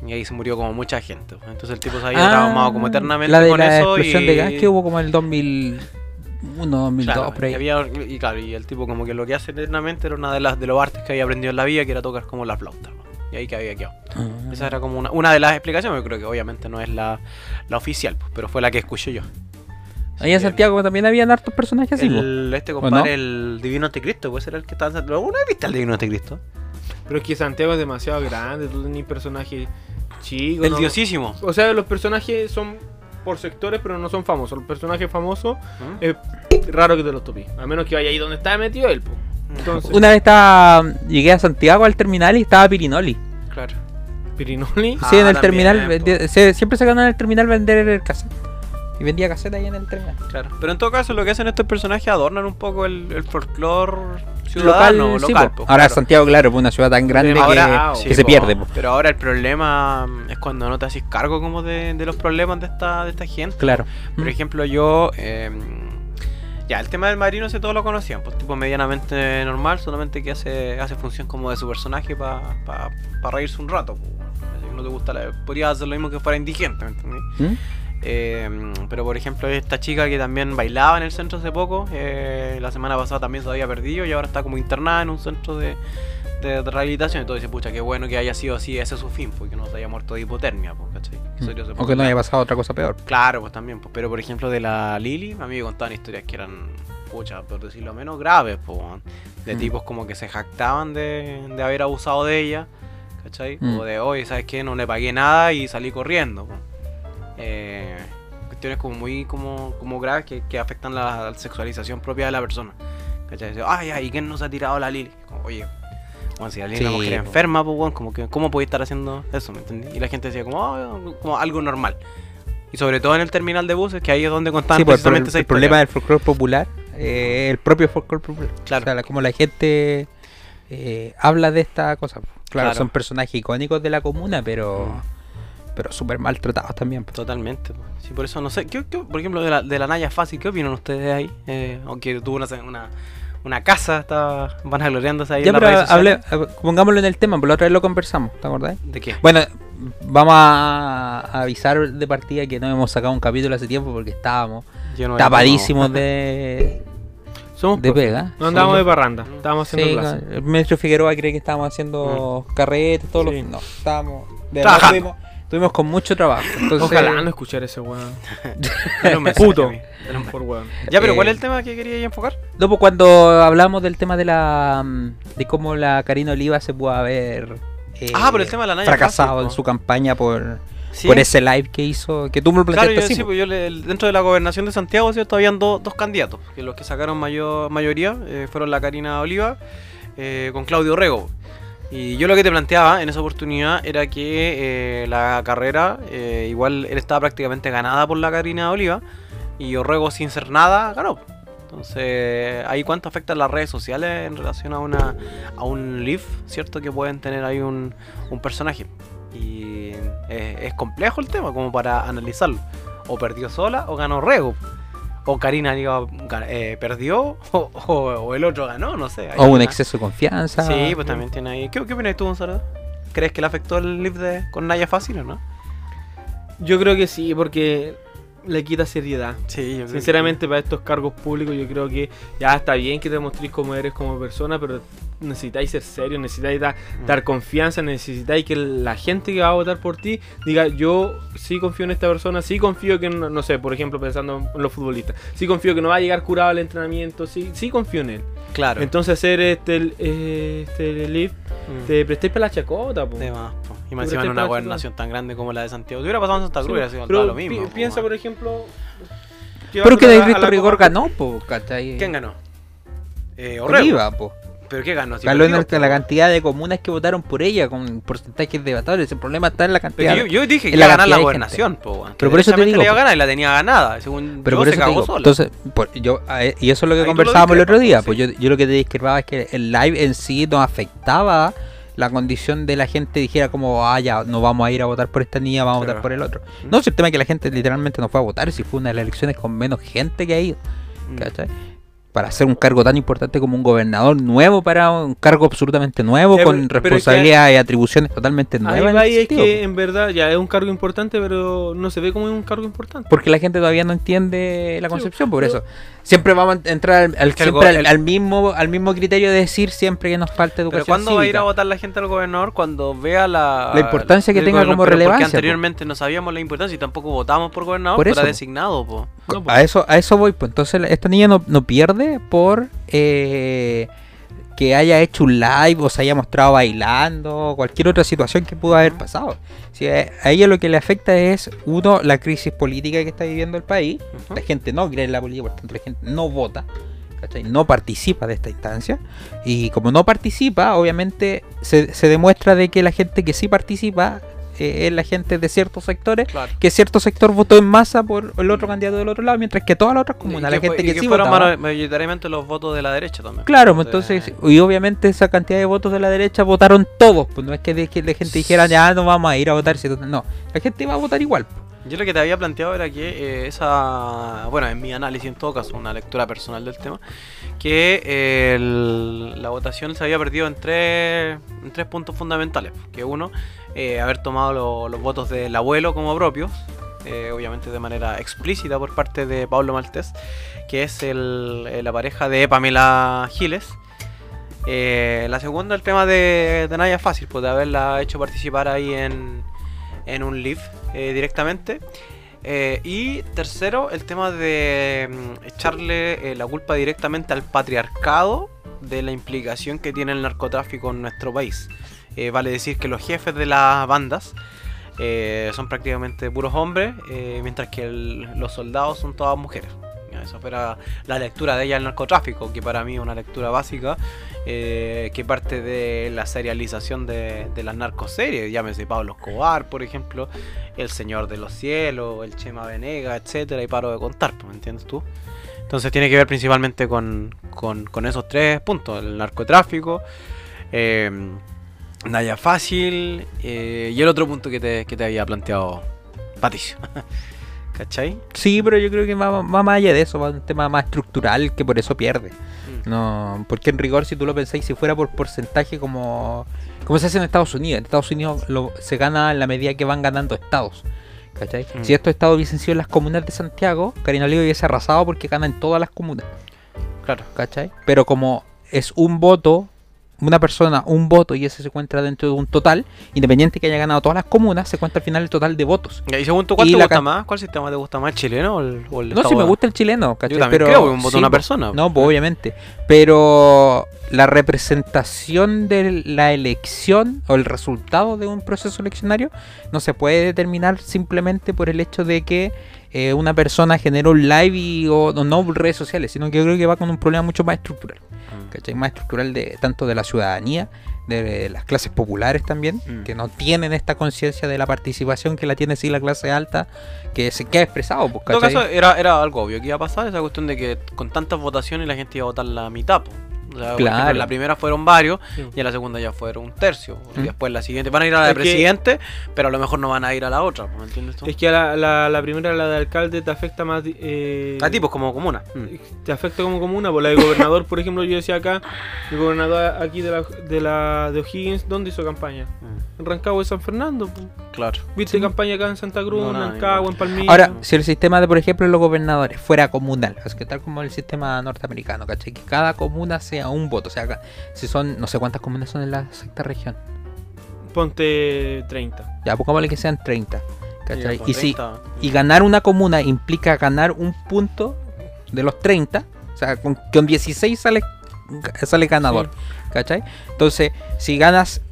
Speaker 3: Y ahí se murió como mucha gente. Entonces el tipo se había
Speaker 5: Ah,
Speaker 3: traumado como eternamente
Speaker 5: la de
Speaker 3: con
Speaker 5: la
Speaker 3: eso.
Speaker 5: explosión
Speaker 3: y...
Speaker 5: de gas que hubo como en el 2001, 2002,
Speaker 3: Claro,
Speaker 5: por ahí.
Speaker 3: y había- y claro, y el tipo como que lo que hace eternamente era una de las de los artes que había aprendido en la vida, que era tocar como la flauta. ¿no? Y ahí que había quedado.
Speaker 5: Ah.
Speaker 3: Esa era como una, una de las explicaciones, yo creo que obviamente no es la, la oficial, pues, pero fue la que escuché yo. Así
Speaker 5: Allá en
Speaker 3: que
Speaker 5: Santiago también habían hartos personajes así. po.
Speaker 3: el, este compadre,
Speaker 5: no?
Speaker 3: el Divino Anticristo, puede ser el que está en Santiago. ¿Alguna vez viste al Divino Anticristo?
Speaker 4: Pero es que Santiago es demasiado grande, tú tenés personajes chicos.
Speaker 3: el
Speaker 4: ¿no?
Speaker 3: diosísimo.
Speaker 4: O sea, los personajes son por sectores, pero no son famosos. Los personajes famosos
Speaker 3: ¿Mm?
Speaker 4: es raro que te los topí. A menos que vaya ahí donde está metido él, po. Entonces,
Speaker 5: Una vez estaba, llegué a Santiago al terminal y estaba Pirinoli.
Speaker 3: Claro.
Speaker 4: Pirinoli.
Speaker 5: sí, en
Speaker 3: Ah,
Speaker 5: el
Speaker 3: también,
Speaker 5: terminal,
Speaker 3: po.
Speaker 5: vendía- se- siempre se ganaba en el terminal vender el cassette. Y vendía cassette ahí en el terminal.
Speaker 3: Claro. Pero en todo caso, lo que hacen estos personajes adornan un poco el, el folclore ciudadano, local.
Speaker 5: sí, po.
Speaker 3: pues,
Speaker 5: Ahora
Speaker 3: claro.
Speaker 5: Santiago, claro, pues una ciudad tan grande
Speaker 4: Ahora-
Speaker 5: que,
Speaker 4: ah,
Speaker 5: que
Speaker 4: sí,
Speaker 5: se
Speaker 3: po.
Speaker 5: pierde. po.
Speaker 3: Pero ahora el problema mm, es cuando no te haces cargo como de, de los problemas de esta, de esta gente.
Speaker 5: Claro.
Speaker 3: Por
Speaker 5: Mm.
Speaker 3: ejemplo, yo... eh, ya, el tema del marino se todos lo conocían, pues tipo medianamente normal, solamente que hace, hace función como de su personaje para reírse un rato. pues, bueno. Si no te gusta, la, podrías hacer lo mismo que fuera indigente, ¿me entendí?
Speaker 5: ¿Mm?
Speaker 3: Eh, pero por ejemplo, esta chica que también bailaba en el centro hace poco, eh, la semana pasada también se había perdido y ahora está como internada en un centro de, de rehabilitación. Entonces, pucha, qué bueno que haya sido así, ese es su fin, porque no se haya muerto de hipotermia, pues, ¿cachai? Que sería ese
Speaker 5: O que Mm. no
Speaker 3: problema.
Speaker 5: haya pasado otra cosa peor.
Speaker 3: Claro, pues también, pues, pero por ejemplo de la Lili, a mí me contaban historias que eran, pucha, por decirlo menos, graves, pues, weón. de
Speaker 5: Mm.
Speaker 3: tipos como que se jactaban de, de haber abusado de ella, ¿cachai?
Speaker 5: Mm.
Speaker 3: O de, oye, ¿sabes qué? No le pagué nada y salí corriendo, pues. Eh, cuestiones como muy como, como graves que, que afectan la, la sexualización propia de la persona. ¿Cachai? Dice, Ay, ay, ¿y quién nos ha tirado la Lili? Como, Oye, bueno, si la Lili es
Speaker 5: Sí,
Speaker 3: una mujer
Speaker 5: po.
Speaker 3: enferma, pues, bueno, como que, ¿cómo podéis estar haciendo eso? ¿Me entendí? Y la gente decía, como, "Ah, como algo normal. Y sobre todo en el terminal de buses, que ahí es donde contaban
Speaker 5: Sí, pues, el,
Speaker 3: precisamente
Speaker 5: pro-
Speaker 3: esa
Speaker 5: el
Speaker 3: historia.
Speaker 5: problema del folclore popular, eh, el propio folclore popular.
Speaker 3: Claro.
Speaker 5: O sea, la- como la gente eh, habla de esta cosa. Claro,
Speaker 3: Claro.
Speaker 5: son personajes icónicos de la comuna, pero pero súper maltratados también. po.
Speaker 3: Totalmente. po. Sí, por eso no sé. ¿Qué, qué- por ejemplo, de la, de la Naya Fácil, ¿qué opinan ustedes ahí? Eh, aunque tuvo una, una, una casa, estaba vanagloriándose ahí
Speaker 5: Ya,
Speaker 3: en las
Speaker 5: pero
Speaker 3: redes sociales.
Speaker 5: hable, hab- pongámoslo en el tema, por la otra vez lo conversamos, ¿te acordás?
Speaker 3: ¿De qué?
Speaker 5: Bueno, vamos a a avisar de partida que no hemos sacado un capítulo hace tiempo porque estábamos
Speaker 3: Yo no-
Speaker 5: tapadísimos
Speaker 3: [laughs]
Speaker 5: de,
Speaker 4: Somos
Speaker 5: de
Speaker 4: profes.
Speaker 5: pega.
Speaker 4: No andábamos de
Speaker 5: Somos-
Speaker 4: parranda, estábamos haciendo
Speaker 5: Sí,
Speaker 4: clase.
Speaker 5: el maestro Figueroa cree que estábamos haciendo
Speaker 3: Mm.
Speaker 5: carretes, todos
Speaker 4: Sí.
Speaker 5: los. No, estábamos. De verdad
Speaker 4: Trabajando.
Speaker 5: tuvimos, tuvimos con mucho trabajo. Entonces,
Speaker 4: Ojalá no escuchar ese weón.
Speaker 3: [laughs] Dale un mensaje
Speaker 4: Puto.
Speaker 3: a mí, dale un-
Speaker 4: Por weón.
Speaker 3: Ya, pero ¿cuál
Speaker 5: Eh,
Speaker 3: es el tema que quería enfocar?
Speaker 5: No, pues cuando hablamos del tema de la. mm, de cómo la Karina Oliva se pudo haber. eh,
Speaker 3: Ah, por el tema de la Naya
Speaker 5: Fracasado
Speaker 3: Fácil,
Speaker 5: en
Speaker 3: po.
Speaker 5: su campaña por,
Speaker 3: Sí.
Speaker 5: por ese live que hizo. Que tú me lo
Speaker 3: Claro,
Speaker 5: planteaste
Speaker 3: yo,
Speaker 5: así,
Speaker 3: sí,
Speaker 5: po.
Speaker 3: pues yo le- el- dentro de la gobernación de Santiago ¿cierto? habían do- dos candidatos, que los que sacaron mayor, mayoría eh, fueron la Karina Oliva eh, con Claudio Rego. Y yo lo que te planteaba en esa oportunidad era que eh, la carrera, eh, igual él estaba prácticamente ganada por la Karina Oliva, y Orrego sin ser nada ganó. Entonces, ahí cuánto afectan las redes sociales en relación a una a un live, ¿cierto? Que pueden tener ahí un, un personaje. Y es, es complejo el tema como para analizarlo. O perdió sola o ganó Rego. O Karina digo, ga- eh, perdió [laughs] o, o- o el otro ganó, no sé. Ahí
Speaker 5: O un
Speaker 3: una-
Speaker 5: exceso de confianza.
Speaker 3: Sí, pues también tiene ahí. ¿Qué, qué opinas tú, Gonzalo? ¿Crees que le afectó el live de, con Naya Fácil o no?
Speaker 4: Yo creo que sí, porque le quita seriedad.
Speaker 3: Sí, yo
Speaker 4: Sinceramente, para estos cargos públicos, yo creo que ya está bien que te mostréis cómo eres como persona, pero necesitáis ser serio, necesitáis da- Mm. dar confianza, necesitáis que la gente que va a votar por ti diga: Yo sí confío en esta persona, sí confío que, no, no sé, por ejemplo, pensando en los futbolistas, sí confío que no va a llegar curado al entrenamiento, sí, sí confío en él.
Speaker 3: Claro.
Speaker 4: Entonces, hacer este, el- eh, este lift,
Speaker 3: Mm.
Speaker 4: te prestáis para la chacota, po.
Speaker 3: De más, po. Y más encima
Speaker 4: Pero te
Speaker 3: en una
Speaker 4: pasa-
Speaker 3: gobernación tan grande como la de Santiago. Si hubiera pasado en Santa Cruz,
Speaker 4: Sí,
Speaker 3: hubiera sido
Speaker 4: pero
Speaker 3: dado lo
Speaker 4: pi-
Speaker 3: mismo. po,
Speaker 4: piensa,
Speaker 3: man.
Speaker 4: por ejemplo.
Speaker 5: Pero
Speaker 4: llevándolo
Speaker 5: que
Speaker 4: a
Speaker 5: de
Speaker 4: la- a
Speaker 5: Cristo
Speaker 4: la
Speaker 5: Rigor
Speaker 4: Copa-
Speaker 5: ganó, pues, ¿cachai?
Speaker 3: ¿Quién ganó? Eh, Orrego.
Speaker 5: Oliva, po.
Speaker 3: ¿Pero qué ganó? Si
Speaker 5: Ganó en
Speaker 3: perdió,
Speaker 5: el-
Speaker 3: po.
Speaker 5: la cantidad de comunas que votaron por ella con porcentajes debatables. El problema está en la
Speaker 3: Pero
Speaker 5: cantidad.
Speaker 3: yo, yo dije que
Speaker 5: en
Speaker 3: iba
Speaker 5: la
Speaker 3: a ganar la
Speaker 5: cantidad de
Speaker 3: gobernación, po, weón.
Speaker 5: Pero por eso te
Speaker 3: Derechamente
Speaker 5: digo,
Speaker 3: la iba a
Speaker 5: po.
Speaker 3: ganar y la tenía ganada. Según
Speaker 5: Pero
Speaker 3: yo,
Speaker 5: por
Speaker 3: se
Speaker 5: eso te
Speaker 3: cagó
Speaker 5: digo,
Speaker 3: sola.
Speaker 5: entonces, por- yo, a- eh, y eso es lo que
Speaker 3: Ahí tú lo
Speaker 5: conversábamos el otro día.
Speaker 3: discrepas,
Speaker 5: Pues yo, yo lo que te discrepaba es que el live en sí nos afectaba la condición de la gente dijera como, ah, ya, no vamos a ir a votar por esta niña, vamos a
Speaker 3: Claro.
Speaker 5: votar por el otro. No, si el tema es que la gente literalmente no fue a votar, si fue una de las elecciones con menos gente que ha ido,
Speaker 3: Mm.
Speaker 5: ¿cachai? Para hacer un cargo tan importante como un gobernador nuevo, para un cargo absolutamente nuevo,
Speaker 4: Ya,
Speaker 5: con
Speaker 4: pero- pero es que-
Speaker 5: responsabilidades y atribuciones totalmente
Speaker 4: Ahí
Speaker 5: nuevas. en
Speaker 4: va, y
Speaker 5: ese
Speaker 4: es
Speaker 5: sentido,
Speaker 4: que en verdad ya es un cargo importante, pero no se ve como un cargo importante.
Speaker 5: Porque la gente todavía no entiende la concepción, por
Speaker 4: pero-
Speaker 5: eso. Siempre vamos a entrar al, al-
Speaker 3: que el
Speaker 5: siempre
Speaker 3: go-
Speaker 5: al, al mismo, al mismo criterio de decir siempre que nos falta
Speaker 3: Pero
Speaker 5: educación
Speaker 3: ¿cuándo va a ir
Speaker 5: cívica.
Speaker 3: a votar la gente al gobernador? Cuando vea la...
Speaker 5: La importancia que
Speaker 3: el
Speaker 5: tenga
Speaker 3: gobernador,
Speaker 5: como
Speaker 3: pero
Speaker 5: relevancia,
Speaker 3: Porque
Speaker 5: po.
Speaker 3: anteriormente no sabíamos la importancia y tampoco votamos por gobernador,
Speaker 5: Por
Speaker 3: pero era
Speaker 5: eso, po.
Speaker 3: designado, po.
Speaker 5: Co-
Speaker 4: No, po.
Speaker 5: a eso a eso voy, pues entonces la- esta niña no, no pierde por eh, que haya hecho un live o se haya mostrado bailando, cualquier otra situación que pudo haber pasado. Si a, a ella lo que le afecta es uno la crisis política que está viviendo el país,
Speaker 3: Ujú.
Speaker 5: la gente no cree en la política, por tanto la gente no vota, ¿cachai? no participa de esta instancia y como no participa, obviamente se, se demuestra de que la gente que sí participa eh, es la gente de ciertos sectores
Speaker 3: Claro.
Speaker 5: que cierto sector votó en masa por el otro candidato del otro lado, mientras que todas las otras comunas,
Speaker 3: Y
Speaker 5: la
Speaker 3: que
Speaker 5: gente
Speaker 3: fue- y
Speaker 5: que,
Speaker 3: que
Speaker 5: sí
Speaker 3: fueron
Speaker 5: votaba-
Speaker 3: mayor- mayoritariamente los votos de la derecha también.
Speaker 5: Claro, pues entonces, y obviamente esa cantidad de votos de la derecha votaron todos, pues no es que de, que la gente dijera, ya no vamos a ir a votar, si total-". no, la gente iba a votar igual. pues.
Speaker 3: Yo lo que te había planteado era que eh, esa, bueno, en mi análisis en todo caso, una lectura personal del tema, que eh, el- la votación se había perdido en tres, en tres puntos fundamentales. Que uno, eh, haber tomado lo- los votos del abuelo como propios, eh, obviamente de manera explícita por parte de Pablo Maltés, que es el- eh, la pareja de Pamela Giles. Eh, la segunda, el tema de, de Naya Fácil, pues de haberla hecho participar ahí en, en un live eh, directamente. Eh, y tercero, el tema de mm, echarle eh, la culpa directamente al patriarcado de la implicación que tiene el narcotráfico en nuestro país. Eh, vale decir que los jefes de las bandas eh, son prácticamente puros hombres, eh, mientras que el- los soldados son todas mujeres. Ya, buena esa, pero la lectura de ella el narcotráfico, que para mí es una lectura básica, eh, que parte de la serialización de, de las narcoseries, llámese Pablo Escobar, por ejemplo, El Señor de los Cielos, El Chema Venega, etcétera, y paro de contar, pues, ¿me entiendes tú? Entonces tiene que ver principalmente con, con- con esos tres puntos, el narcotráfico, eh, Naya Fácil eh, y el otro punto que te, que te había planteado Patricio. [laughs] ¿Cachai?
Speaker 5: Sí, pero yo creo que va, va más allá de eso, va a un tema más estructural que por eso pierde. No, porque en rigor, si tú lo pensáis, si fuera por porcentaje como, como se hace en Estados Unidos, en Estados Unidos lo- se gana en la medida que van ganando estados. ¿cachai?
Speaker 3: Mm.
Speaker 5: Si estos estados hubiesen sido las comunas de Santiago, Karina Oliva hubiese arrasado porque gana en todas las comunas.
Speaker 3: Claro.
Speaker 5: ¿cachai? Pero como es un voto, una persona, un voto, y ese se encuentra dentro de un total, independiente que haya ganado todas las comunas, se cuenta al final el total de votos.
Speaker 3: ¿Y según tú cuál
Speaker 5: Y
Speaker 3: te
Speaker 5: la
Speaker 3: gusta
Speaker 5: can-
Speaker 3: más? ¿Cuál sistema te gusta más, el chileno o el, o el
Speaker 5: No, si me
Speaker 3: estadounidense?
Speaker 5: gusta el chileno, ¿cachai?
Speaker 3: Yo también
Speaker 5: Pero,
Speaker 3: creo que un voto
Speaker 5: sí,
Speaker 3: de una
Speaker 5: po.
Speaker 3: persona.
Speaker 5: No, pues, obviamente. Pero la representación de la elección o el resultado de un proceso eleccionario no se puede determinar simplemente por el hecho de que eh, una persona generó un live y, o, o no redes sociales, sino que yo creo que va con un problema mucho más estructural.
Speaker 3: Mm.
Speaker 5: ¿cachai? Más estructural de tanto de la ciudadanía, de las clases populares también,
Speaker 3: Mm.
Speaker 5: que no tienen esta conciencia de la participación que la tiene sí la clase alta, que se queda expresado, pues,
Speaker 3: En todo
Speaker 5: ¿cachai?
Speaker 3: caso, era, era algo obvio que iba a pasar, esa cuestión de que con tantas votaciones la gente iba a votar la mitad. po. O sea, por
Speaker 5: Claro.
Speaker 3: ejemplo, en la primera fueron varios
Speaker 4: Sí.
Speaker 3: y en la segunda ya fueron un tercio. po. Y
Speaker 5: Mm.
Speaker 3: después la siguiente van a ir a la de
Speaker 4: Es que-
Speaker 3: presidente, pero a lo mejor no van a ir a la otra. po, ¿Me entiendes tú?
Speaker 4: Es que a la, la, la primera, la de alcalde, te afecta más. Eh,
Speaker 3: A tipos como comuna.
Speaker 5: Mm.
Speaker 4: Mm. Te afecta como comuna, por la de gobernador, por ejemplo, yo decía acá, el gobernador aquí de la de, la, de O'Higgins, ¿dónde hizo campaña?
Speaker 3: Mm,
Speaker 4: En Rancagua y San Fernando. po.
Speaker 3: Claro.
Speaker 4: Viste campaña acá en Santa Cruz,
Speaker 3: No,
Speaker 4: en
Speaker 3: nada,
Speaker 4: Rancagua,
Speaker 3: igual.
Speaker 4: en Palmilla.
Speaker 5: Ahora, si el sistema de, por ejemplo, los gobernadores fuera comunal, o sea, que tal como el sistema norteamericano, ¿cachai? Que cada comuna sea un voto, o sea, ca- si son, no sé cuántas comunas son en la sexta región,
Speaker 4: Ponte 30.
Speaker 5: ya pongámosle que sean 30, ¿cachai?
Speaker 3: con
Speaker 5: Y si,
Speaker 3: 30,
Speaker 5: y ganar una comuna implica ganar un punto de los 30. O sea, con, con 16 sale, sale ganador. ¿Cachai? Entonces, si ganas...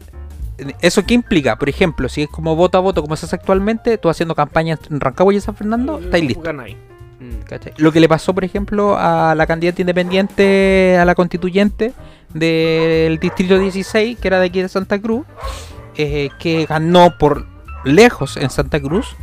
Speaker 5: ¿Eso qué implica? Por ejemplo, si es como voto a voto como se hace actualmente, tú haciendo campaña en Rancagua y en San Fernando,
Speaker 4: Eh,
Speaker 5: estáis listo.
Speaker 4: Ganáis.
Speaker 3: mm,
Speaker 5: ¿cachai? Lo que le pasó, por ejemplo, a la candidata independiente, a la constituyente del distrito 16, que era de aquí de Santa Cruz, eh, que ganó por lejos en Santa Cruz,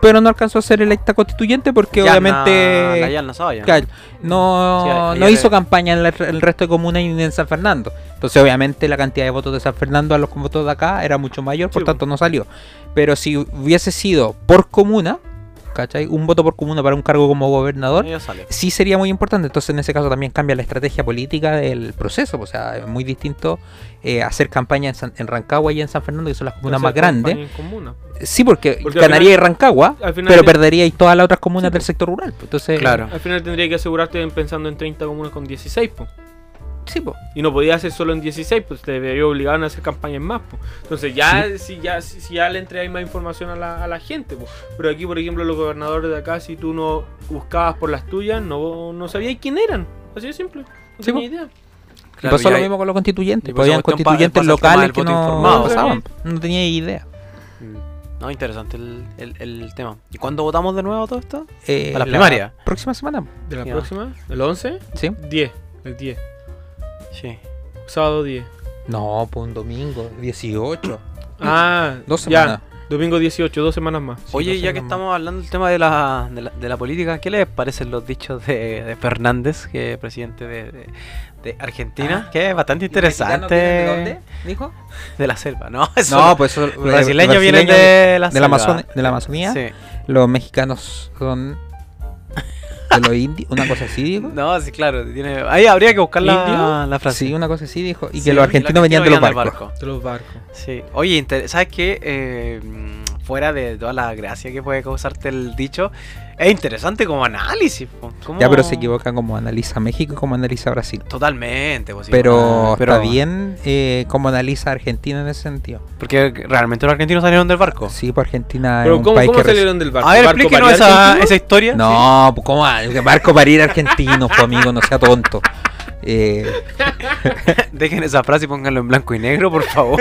Speaker 5: pero no alcanzó a ser electa constituyente porque
Speaker 3: Yarna-
Speaker 5: obviamente
Speaker 3: La Yarna Zavalla.
Speaker 5: claro, no,
Speaker 3: Sí, a-
Speaker 5: no
Speaker 3: ayer-
Speaker 5: hizo campaña en la- el resto de comunas ni en San Fernando. Entonces, obviamente, la cantidad de votos de San Fernando a los votos de acá era mucho mayor, por
Speaker 4: Sí,
Speaker 5: tanto, no salió. Pero si hubiese sido por comuna, ¿cachai? Un voto por comuna para un cargo como gobernador,
Speaker 3: Ella sale.
Speaker 5: sí sería muy importante. Entonces, en ese caso también cambia la estrategia política del proceso. O sea, es muy distinto eh, hacer campaña en, San- en Rancagua y en San Fernando, que son las comunas
Speaker 4: Entonces,
Speaker 5: más grandes.
Speaker 4: campaña en comuna.
Speaker 5: Sí, porque,
Speaker 4: Porque al
Speaker 5: ganaría
Speaker 4: final-
Speaker 5: Rancagua,
Speaker 4: al final
Speaker 5: pero
Speaker 4: te-
Speaker 5: perderíais todas las otras comunas del sector rural. pues. Entonces,
Speaker 3: Claro.
Speaker 4: Al final tendría que asegurarte en pensando en 30 comunas con 16, po.
Speaker 5: sí, pues.
Speaker 4: Y no podía hacer solo en 16, pues te veía obligado a hacer campañas más, po. Entonces ya, si ya, si si ya le entregáis más información a la, a la gente, po. Pero aquí, por ejemplo, los gobernadores de acá, si tú no buscabas por las tuyas, no, no sabías quién eran. Así de simple. No
Speaker 5: Sí,
Speaker 4: tenía idea.
Speaker 5: Y
Speaker 3: Claro,
Speaker 5: pasó
Speaker 3: y
Speaker 5: lo
Speaker 3: ahí-
Speaker 5: mismo con los
Speaker 3: y
Speaker 5: constituyentes.
Speaker 3: por
Speaker 5: Pues, habían
Speaker 3: esa cuestión pa-
Speaker 5: constituyentes
Speaker 3: pasa el tema del
Speaker 5: locales que
Speaker 3: voto
Speaker 5: no,
Speaker 3: informado.
Speaker 5: no pasaban.
Speaker 4: Obviamente.
Speaker 5: No tenía idea.
Speaker 3: Mm. No, interesante el, el- el tema. ¿Y cuándo votamos de nuevo todo esto?
Speaker 5: Eh,
Speaker 3: A la primaria.
Speaker 5: Próxima semana.
Speaker 4: De la
Speaker 3: Ya.
Speaker 4: próxima, el 11,
Speaker 5: ¿Sí?
Speaker 4: 10, el 10,
Speaker 3: Sí.
Speaker 4: sábado 10.
Speaker 5: No, pues un domingo, 18.
Speaker 4: Ah,
Speaker 5: Dos
Speaker 4: ya.
Speaker 5: semanas.
Speaker 4: Domingo 18, dos semanas más.
Speaker 5: Sí,
Speaker 3: Oye,
Speaker 5: no sé
Speaker 3: ya que
Speaker 5: nomás.
Speaker 3: estamos hablando del tema de la, de la, de la política, ¿qué les parecen los dichos de, de Fernández, que es presidente de, de- de Argentina?
Speaker 5: Ah.
Speaker 3: que es bastante
Speaker 5: ¿Los mexicanos
Speaker 3: [laughs] interesante.
Speaker 5: vienen ¿De dónde? ¿Dijo?
Speaker 3: De la selva, ¿no? [laughs] Eso,
Speaker 5: No, pues eso-
Speaker 3: los brasileños vienen de la
Speaker 5: de la,
Speaker 3: selva.
Speaker 5: Amazon- de la Amazonía.
Speaker 3: Sí.
Speaker 5: Los mexicanos son de los indios. Una cosa así, dijo.
Speaker 3: No, sí, claro. tiene- Ahí habría que buscar la,
Speaker 4: ¿Indio?
Speaker 3: la frase.
Speaker 5: Sí, una cosa así, dijo. Y
Speaker 3: Sí,
Speaker 5: que los argentinos venían de los barcos.
Speaker 4: De los barcos.
Speaker 3: Sí. Oye, inter- ¿sabes qué? Eh, mm, fuera de toda la gracia que puede causarte el dicho, es interesante como análisis. po. ¿Cómo-
Speaker 5: Ya, pero se equivocan como analiza México y como analiza Brasil.
Speaker 3: Totalmente, pues, sí,
Speaker 5: Pero,
Speaker 3: ah, pero-
Speaker 5: está bien eh, como analiza Argentina en ese sentido.
Speaker 3: Porque realmente los argentinos salieron del barco.
Speaker 5: Sí, pues Argentina es
Speaker 4: Pero
Speaker 5: un
Speaker 4: ¿cómo,
Speaker 5: país
Speaker 4: cómo
Speaker 5: que reci-
Speaker 4: salieron del barco?
Speaker 3: A ver,
Speaker 4: ¿Barco
Speaker 3: explíquenos
Speaker 4: para allá
Speaker 3: esa,
Speaker 4: argentino?
Speaker 3: esa historia.
Speaker 5: No, pues, ¿cómo va? Barco para ir argentino, pues amigo, no sea tonto. Eh,
Speaker 3: Sí. [laughs] Dejen esa frase y pónganlo en blanco y negro, por favor.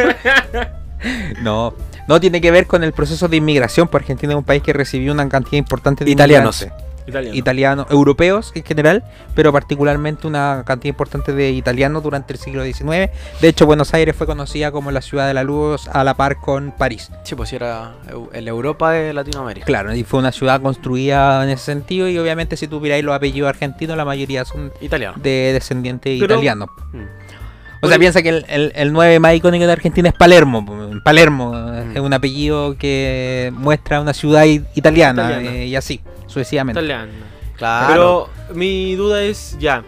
Speaker 5: [laughs] no, no tiene que ver con el proceso de inmigración, pues Argentina es un país que recibió una cantidad importante de
Speaker 3: Italianos.
Speaker 5: inmigrantes.
Speaker 4: Italiano.
Speaker 5: italianos, europeos en general, pero particularmente una cantidad importante de italianos durante el siglo XIX. De hecho, Buenos Aires fue conocida como la ciudad de la luz a la par con París.
Speaker 3: Sí, pues era eu- en la Europa de Latinoamérica.
Speaker 5: Claro, y fue una ciudad construida en ese sentido y obviamente si tú miráis los apellidos argentinos, la mayoría son
Speaker 3: Italiano.
Speaker 5: de descendientes
Speaker 4: Pero-
Speaker 5: italianos.
Speaker 3: Mm.
Speaker 5: O sea, piensa que el, el, 9 más icónico de Argentina es Palermo. po. Palermo
Speaker 3: Mm.
Speaker 5: es un apellido que muestra una ciudad i- italiana,
Speaker 4: Italiana.
Speaker 5: eh, y así, sucesivamente.
Speaker 4: Italiano.
Speaker 3: Claro.
Speaker 4: Pero mi duda es ya.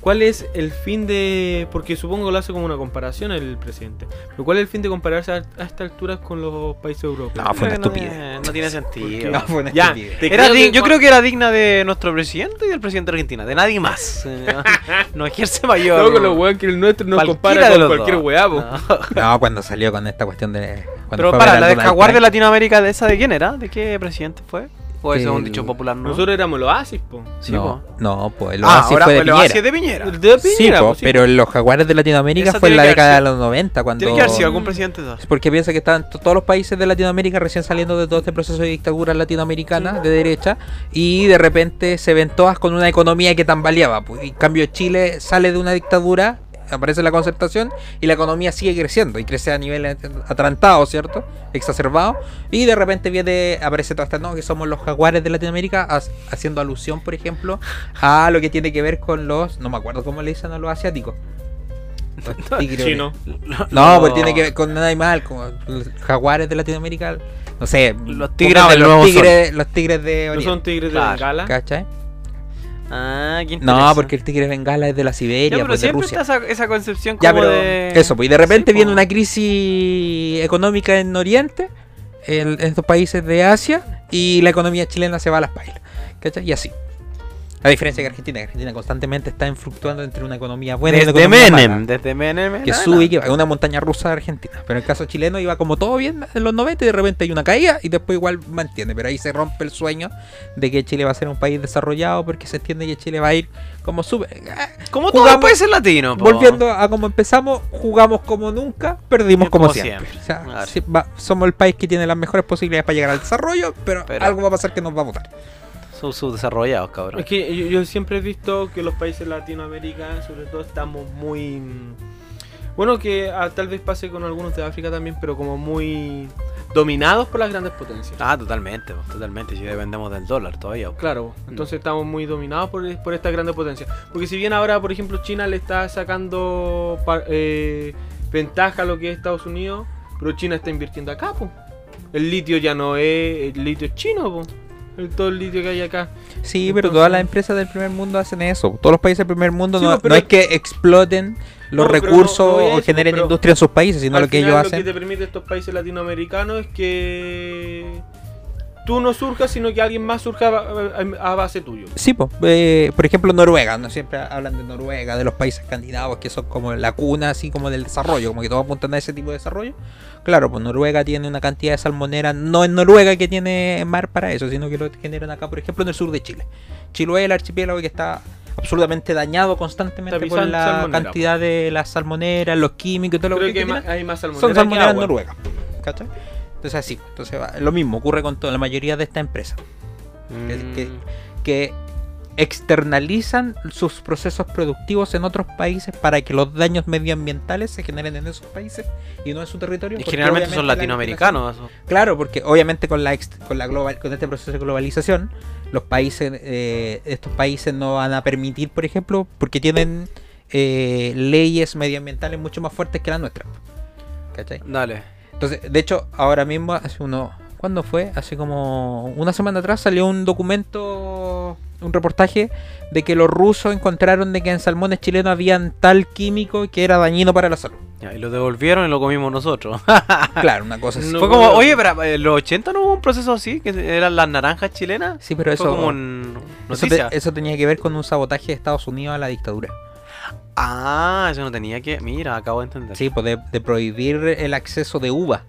Speaker 4: ¿Cuál es el fin de.? Porque supongo que lo hace como una comparación el presidente. Pero ¿cuál es el fin de compararse a, a estas alturas con los países europeos?
Speaker 5: No, fue una
Speaker 3: Creo que
Speaker 5: estupidez.
Speaker 3: No, no tiene sentido.
Speaker 5: No, fue una
Speaker 4: Ya.
Speaker 5: estupidez.
Speaker 4: Te
Speaker 3: Era
Speaker 4: creo
Speaker 3: dig-
Speaker 4: que
Speaker 3: yo
Speaker 4: cua-
Speaker 3: creo que era digna de nuestro presidente y del presidente de Argentina, de nadie
Speaker 5: [laughs]
Speaker 3: más. Eh, [laughs] No ejerce mayor.
Speaker 4: No, con los weón que el nuestro nos
Speaker 3: cualquiera
Speaker 4: compara
Speaker 3: de
Speaker 4: con
Speaker 3: los
Speaker 4: cualquier
Speaker 3: dos.
Speaker 4: weá, po.
Speaker 3: No.
Speaker 5: No, cuando salió con esta cuestión de. cuando
Speaker 3: eh. Pero
Speaker 5: fue a
Speaker 3: para,
Speaker 5: ver a
Speaker 3: la de
Speaker 5: Donald
Speaker 3: Jaguar de
Speaker 5: Trump.
Speaker 3: Latinoamérica, ¿de esa de quién era? ¿De qué presidente fue? O ese es un
Speaker 5: Del-
Speaker 3: dicho popular, ¿no?
Speaker 4: Nosotros éramos los Asis, po.
Speaker 3: Sí,
Speaker 5: no,
Speaker 3: po.
Speaker 5: no, pues el
Speaker 3: ah,
Speaker 5: Oasis
Speaker 3: ahora
Speaker 5: fue de
Speaker 3: pues, lo
Speaker 5: Piñera.
Speaker 3: hace de Piñera.
Speaker 4: De
Speaker 5: Sí,
Speaker 4: Piñera,
Speaker 5: po,
Speaker 4: po, sí.
Speaker 5: pero los Jaguares de Latinoamérica
Speaker 3: Esa
Speaker 5: fue en
Speaker 3: tiene
Speaker 5: la
Speaker 3: que
Speaker 5: década de
Speaker 3: haber
Speaker 5: los 90 cuando.
Speaker 3: Tiene que haber sido algún presidente de
Speaker 5: Es
Speaker 3: esos.
Speaker 5: Porque piensa que están to- todos los países de Latinoamérica recién saliendo de todo este proceso de dictadura latinoamericana de derecha y de repente se ven todas con una economía que tambaleaba. pues. En cambio, Chile sale de una dictadura, aparece la concertación y la economía sigue creciendo y crece a nivel at- atrantado, ¿cierto? Exacerbado. Y de repente viene, aparece toda esta, no, que somos los jaguares de Latinoamérica, ha- haciendo alusión, por ejemplo, a lo que tiene que ver con los, no me acuerdo cómo le dicen a los asiáticos. Los tigres.
Speaker 4: Chino.
Speaker 5: No, pues tiene que ver con un animal, como los jaguares de Latinoamérica, no sé,
Speaker 3: Los tigres
Speaker 5: pongamos
Speaker 3: del Nuevo
Speaker 5: los tigres, los tigres de
Speaker 4: No son
Speaker 5: Oriente,
Speaker 4: tigres
Speaker 3: Claro.
Speaker 4: de Bengala.
Speaker 5: ¿cachai?
Speaker 3: Ah, qué
Speaker 5: No,
Speaker 3: interesante.
Speaker 5: porque el tigre bengala es de la
Speaker 3: Ya,
Speaker 5: Siberia,
Speaker 3: pero
Speaker 5: pues de
Speaker 3: siempre
Speaker 5: Rusia.
Speaker 3: está esa, esa concepción como
Speaker 5: Ya, pero
Speaker 3: de...
Speaker 5: eso, pues y de repente
Speaker 3: Sí,
Speaker 5: viene
Speaker 3: po.
Speaker 5: una crisis económica en Oriente, en en estos países de Asia, y la economía chilena se va a las pailas, ¿cachai? Y así. A diferencia que Argentina, que Argentina constantemente está fluctuando entre una economía buena y una
Speaker 3: desde
Speaker 5: economía mala.
Speaker 3: Menem, desde Menem.
Speaker 5: que
Speaker 3: nada.
Speaker 5: sube y que baja, una montaña rusa de Argentina. Pero en el caso chileno iba como todo bien en los 90 y de repente hay una caída y después igual mantiene. Pero ahí se rompe el sueño de que Chile va a ser un país desarrollado porque se entiende que Chile va a ir como sube. Ah,
Speaker 3: Como todo
Speaker 5: Jugamos-
Speaker 3: puede ser latino, po.
Speaker 5: Volviendo a como empezamos, jugamos como nunca, perdimos como,
Speaker 3: Como
Speaker 5: siempre.
Speaker 3: siempre.
Speaker 5: O sea,
Speaker 3: Claro.
Speaker 5: sí, va- somos el país que tiene las mejores posibilidades para llegar al desarrollo, pero,
Speaker 3: Pero-
Speaker 5: algo va a pasar que nos va a votar.
Speaker 3: Son subdesarrollados, cabrón.
Speaker 4: Es que yo, yo siempre he visto que los países latinoamericanos, sobre todo, estamos muy. mm, Bueno, que ah, tal vez pase con algunos de África también, pero como muy dominados por las grandes potencias.
Speaker 3: Ah, totalmente, po, totalmente. Si dependemos del dólar todavía. po.
Speaker 4: Claro, entonces estamos muy dominados por, por estas grandes potencias. Porque si bien ahora, por ejemplo, China le está sacando par- eh, ventaja a lo que es Estados Unidos, pero China está invirtiendo acá, po. El litio ya no es, el litio es chino, po. El, todo el litio que hay acá.
Speaker 5: Sí,
Speaker 4: Entonces-
Speaker 5: pero todas las empresas del primer mundo hacen eso. Todos los países del primer mundo
Speaker 4: Sí,
Speaker 5: no,
Speaker 4: pues, pero-
Speaker 5: no es que exploten los
Speaker 4: No, pero no-
Speaker 5: recursos
Speaker 4: no voy a
Speaker 5: o
Speaker 4: eso,
Speaker 5: generen
Speaker 4: pero
Speaker 5: industria en sus países, sino
Speaker 4: Al
Speaker 5: lo que
Speaker 4: final,
Speaker 5: ellos
Speaker 4: lo
Speaker 5: hacen.
Speaker 4: que te permite estos países latinoamericanos es que tú no surjas, sino que alguien más surja a, a- a base tuyo.
Speaker 5: Sí, po. Eh, por ejemplo Noruega, ¿no? Siempre hablan de Noruega, de los países escandinavos que son como la cuna así como del desarrollo, como que todos apuntan a ese tipo de desarrollo. Claro, pues Noruega tiene una cantidad de salmoneras, no en Noruega que tiene mar para eso, sino que lo generan acá, por ejemplo, en el sur de Chile. Chiloé es el archipiélago que está absolutamente dañado constantemente por
Speaker 4: Tapizal-
Speaker 5: la
Speaker 4: salmonera.
Speaker 5: cantidad de las salmoneras, los químicos y todo lo
Speaker 4: Creo
Speaker 5: que,
Speaker 4: que hay
Speaker 5: tiene.
Speaker 4: más, hay más salmoneras
Speaker 5: son
Speaker 4: que
Speaker 5: salmoneras
Speaker 4: agua.
Speaker 5: noruegas. ¿Cachai? Entonces así, entonces va- lo mismo ocurre con toda la mayoría de estas empresas que-
Speaker 4: [laughs]
Speaker 5: que- que externalizan sus procesos productivos en otros países para que los daños medioambientales se generen en esos países y no en su territorio.
Speaker 3: Y
Speaker 5: porque
Speaker 3: generalmente son
Speaker 5: obviamente la
Speaker 3: latinoamericanos. eso.
Speaker 5: legislación- Claro, porque obviamente con la ext- con la global con este proceso de globalización, los países eh, estos países no van a permitir, por ejemplo, porque tienen eh, leyes medioambientales mucho más fuertes que las nuestras. ¿Cachai?
Speaker 3: Dale.
Speaker 5: Entonces, de hecho, ahora mismo, hace uno. ¿Cuándo fue? Hace como una semana atrás salió un documento, un reportaje de que los rusos encontraron de que en salmones chilenos habían tal químico que era dañino para
Speaker 3: [laughs]
Speaker 5: la salud.
Speaker 3: Ya, y lo devolvieron y lo comimos nosotros.
Speaker 5: Claro, una cosa así.
Speaker 4: No.
Speaker 3: [laughs] Fue como, oye, pero eh, en los 80 no hubo un proceso así, que eran las naranjas chilenas.
Speaker 5: Sí, pero eso,
Speaker 3: Fue como un...
Speaker 5: eso,
Speaker 3: noticia.
Speaker 5: te- eso tenía que ver con un sabotaje de Estados Unidos a la dictadura.
Speaker 3: Ah, eso no tenía que... Mira, acabo de entender.
Speaker 5: Sí, pues de, de prohibir el acceso de uva.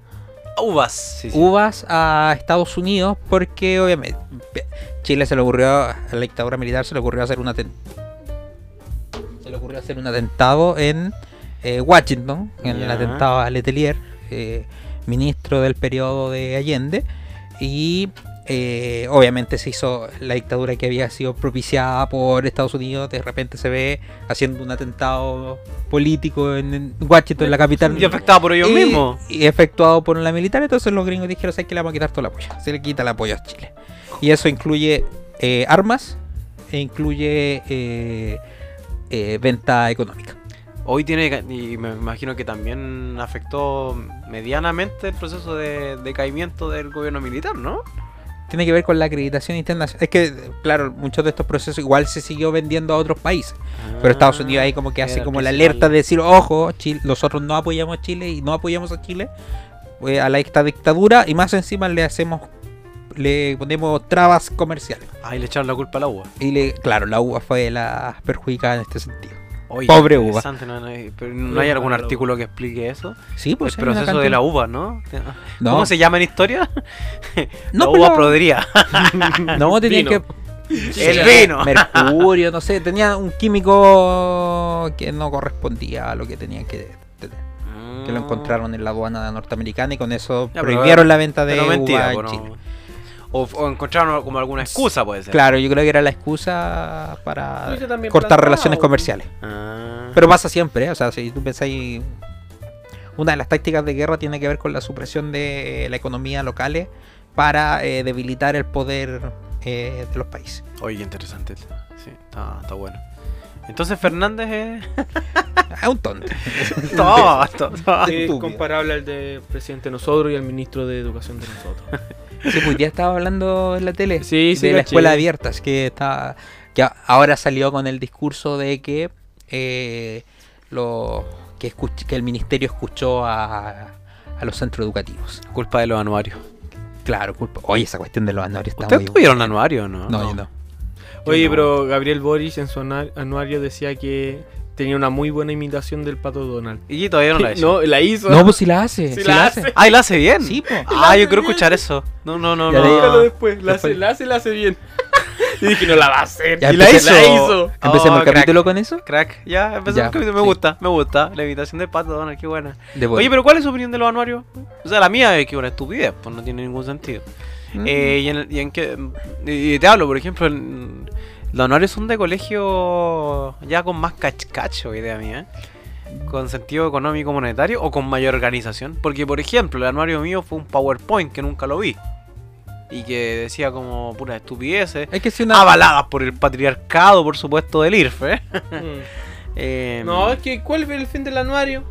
Speaker 3: Uvas. Sí, sí.
Speaker 5: uvas a Estados Unidos porque obviamente pe- Chile se le ocurrió a la dictadura militar se le ocurrió hacer un aten- se le ocurrió hacer un atentado en eh, Washington en el
Speaker 3: Ya.
Speaker 5: atentado a Letelier eh, ministro del periodo de Allende y eh, obviamente se hizo la dictadura que había sido propiciada por Estados Unidos, de repente se ve haciendo un atentado político en- en Washington, en la capital.
Speaker 3: Y afectado por ellos
Speaker 5: y-
Speaker 3: mismos.
Speaker 5: Y efectuado por la militar, entonces los gringos dijeron, ¿sabes que Le vamos a quitar toda la polla. Se le quita la polla a Chile. Y eso incluye eh, armas e incluye eh, eh, venta económica.
Speaker 3: Hoy tiene, y me imagino que también afectó medianamente el proceso de decaimiento del gobierno militar, ¿no?
Speaker 5: Tiene que ver con la acreditación internacional. Es que, claro, muchos de estos procesos igual se siguió vendiendo a otros países.
Speaker 3: Ah,
Speaker 5: Pero Estados Unidos ahí como que hace como la alerta de decir, ojo, Chile, nosotros no apoyamos a Chile y no apoyamos a Chile, eh, a la, esta dictadura, y más encima le hacemos, le ponemos trabas comerciales.
Speaker 3: Ah, Ahí le echaron la culpa al agua.
Speaker 5: Y le, claro, la UBA fue la perjudicada en este sentido.
Speaker 3: Oye,
Speaker 5: Pobre uva.
Speaker 3: interesante, No, no hay, pero no hay algún
Speaker 4: Pobre uva.
Speaker 3: artículo que explique eso.
Speaker 5: Sí, pues
Speaker 3: el
Speaker 5: hay una
Speaker 3: proceso de
Speaker 5: cantidad-
Speaker 3: la uva, ¿no?
Speaker 5: No.
Speaker 3: ¿Cómo se llama en historia?
Speaker 5: [laughs] No,
Speaker 3: la
Speaker 5: pero-
Speaker 3: uva podría.
Speaker 5: No, tenía
Speaker 4: Vino.
Speaker 5: que...
Speaker 3: El vino.
Speaker 5: Mercurio, no sé, tenía un químico que no correspondía a lo que tenía que tener. Que lo encontraron en la aduana norteamericana y con
Speaker 3: Mm.
Speaker 5: eso
Speaker 3: Ya, pero-
Speaker 5: prohibieron la venta de
Speaker 3: Pero mentira,
Speaker 5: uva en
Speaker 3: po, no.
Speaker 5: Chile.
Speaker 3: O, o encontraron como alguna excusa, puede ser.
Speaker 5: Claro, yo creo que era la excusa para
Speaker 4: Pues yo también
Speaker 5: cortar
Speaker 4: plantado.
Speaker 5: relaciones comerciales.
Speaker 3: Ah.
Speaker 5: Pero pasa siempre, ¿eh? o sea, si tú pensáis, una de las tácticas de guerra tiene que ver con la supresión de la economía locales para eh, debilitar el poder eh, de los países.
Speaker 3: Oye, qué interesante. Sí, está, está bueno. Entonces Fernández es...
Speaker 5: Es un tonto.
Speaker 3: [laughs] todo, todo.
Speaker 4: Es
Speaker 5: Estúpido.
Speaker 4: comparable al de presidente de nosotros y al ministro de educación de
Speaker 5: [laughs]
Speaker 4: nosotros.
Speaker 5: Sí, pues ya estaba hablando en la tele
Speaker 4: Sí, sí,
Speaker 5: de la
Speaker 4: caché.
Speaker 5: escuela abierta, es que está que a- ahora salió con el discurso de que eh, lo que, escuch- que el ministerio escuchó a, a los centros educativos.
Speaker 3: Culpa de los anuarios.
Speaker 5: Claro, culpa. Oye, esa cuestión de los honores está
Speaker 3: ¿Ustedes
Speaker 5: muy-
Speaker 3: tuvieron anuario o no?
Speaker 5: No, yo no.
Speaker 4: Oye,
Speaker 3: no.
Speaker 4: pero Gabriel Boris en su ana- anuario decía que tenía una muy buena imitación del pato Donald.
Speaker 3: Y todavía no la hice.
Speaker 4: [laughs] No, la hizo.
Speaker 5: No, pues si la hace.
Speaker 4: Sí
Speaker 5: si
Speaker 4: la hace.
Speaker 3: Ah, ¿y la hace bien?
Speaker 5: Sí, po.
Speaker 3: Ah, yo quiero escuchar eso. No, no, no,
Speaker 5: Ya
Speaker 3: no.
Speaker 5: le-
Speaker 4: Búscalo después. La hace,
Speaker 5: Después.
Speaker 4: la hace, la hace bien. [laughs] Y dije, no la va a hacer.
Speaker 5: Ya
Speaker 4: y la hizo.
Speaker 5: empecé-
Speaker 4: La hizo.
Speaker 5: Empecemos
Speaker 3: Oh,
Speaker 5: el
Speaker 3: crack.
Speaker 5: capítulo con eso.
Speaker 3: Crack, ya, empezó
Speaker 5: Ya,
Speaker 3: el capítulo. Me
Speaker 5: sí.
Speaker 3: gusta, me gusta. La invitación de Pato Donald, qué buena.
Speaker 5: De vuelta.
Speaker 3: Oye, pero ¿cuál es su opinión de los anuarios? O sea, la mía es que es una estupidez, pues no tiene ningún sentido.
Speaker 5: Mm.
Speaker 3: Eh, y, en, el- y en qué- y- y te hablo, por ejemplo, en- los anuarios son de colegio ya con más cach- cacho, idea mía. ¿eh? Con sentido económico monetario o con mayor organización. Porque, por ejemplo, el anuario mío fue un PowerPoint que nunca lo vi. Y que decía como puras estupideces.
Speaker 5: es que si una
Speaker 3: Avaladas por el patriarcado, por supuesto, del IRFE.
Speaker 4: [laughs] Mm.
Speaker 3: Eh,
Speaker 4: No, es que ¿cuál es el fin del anuario?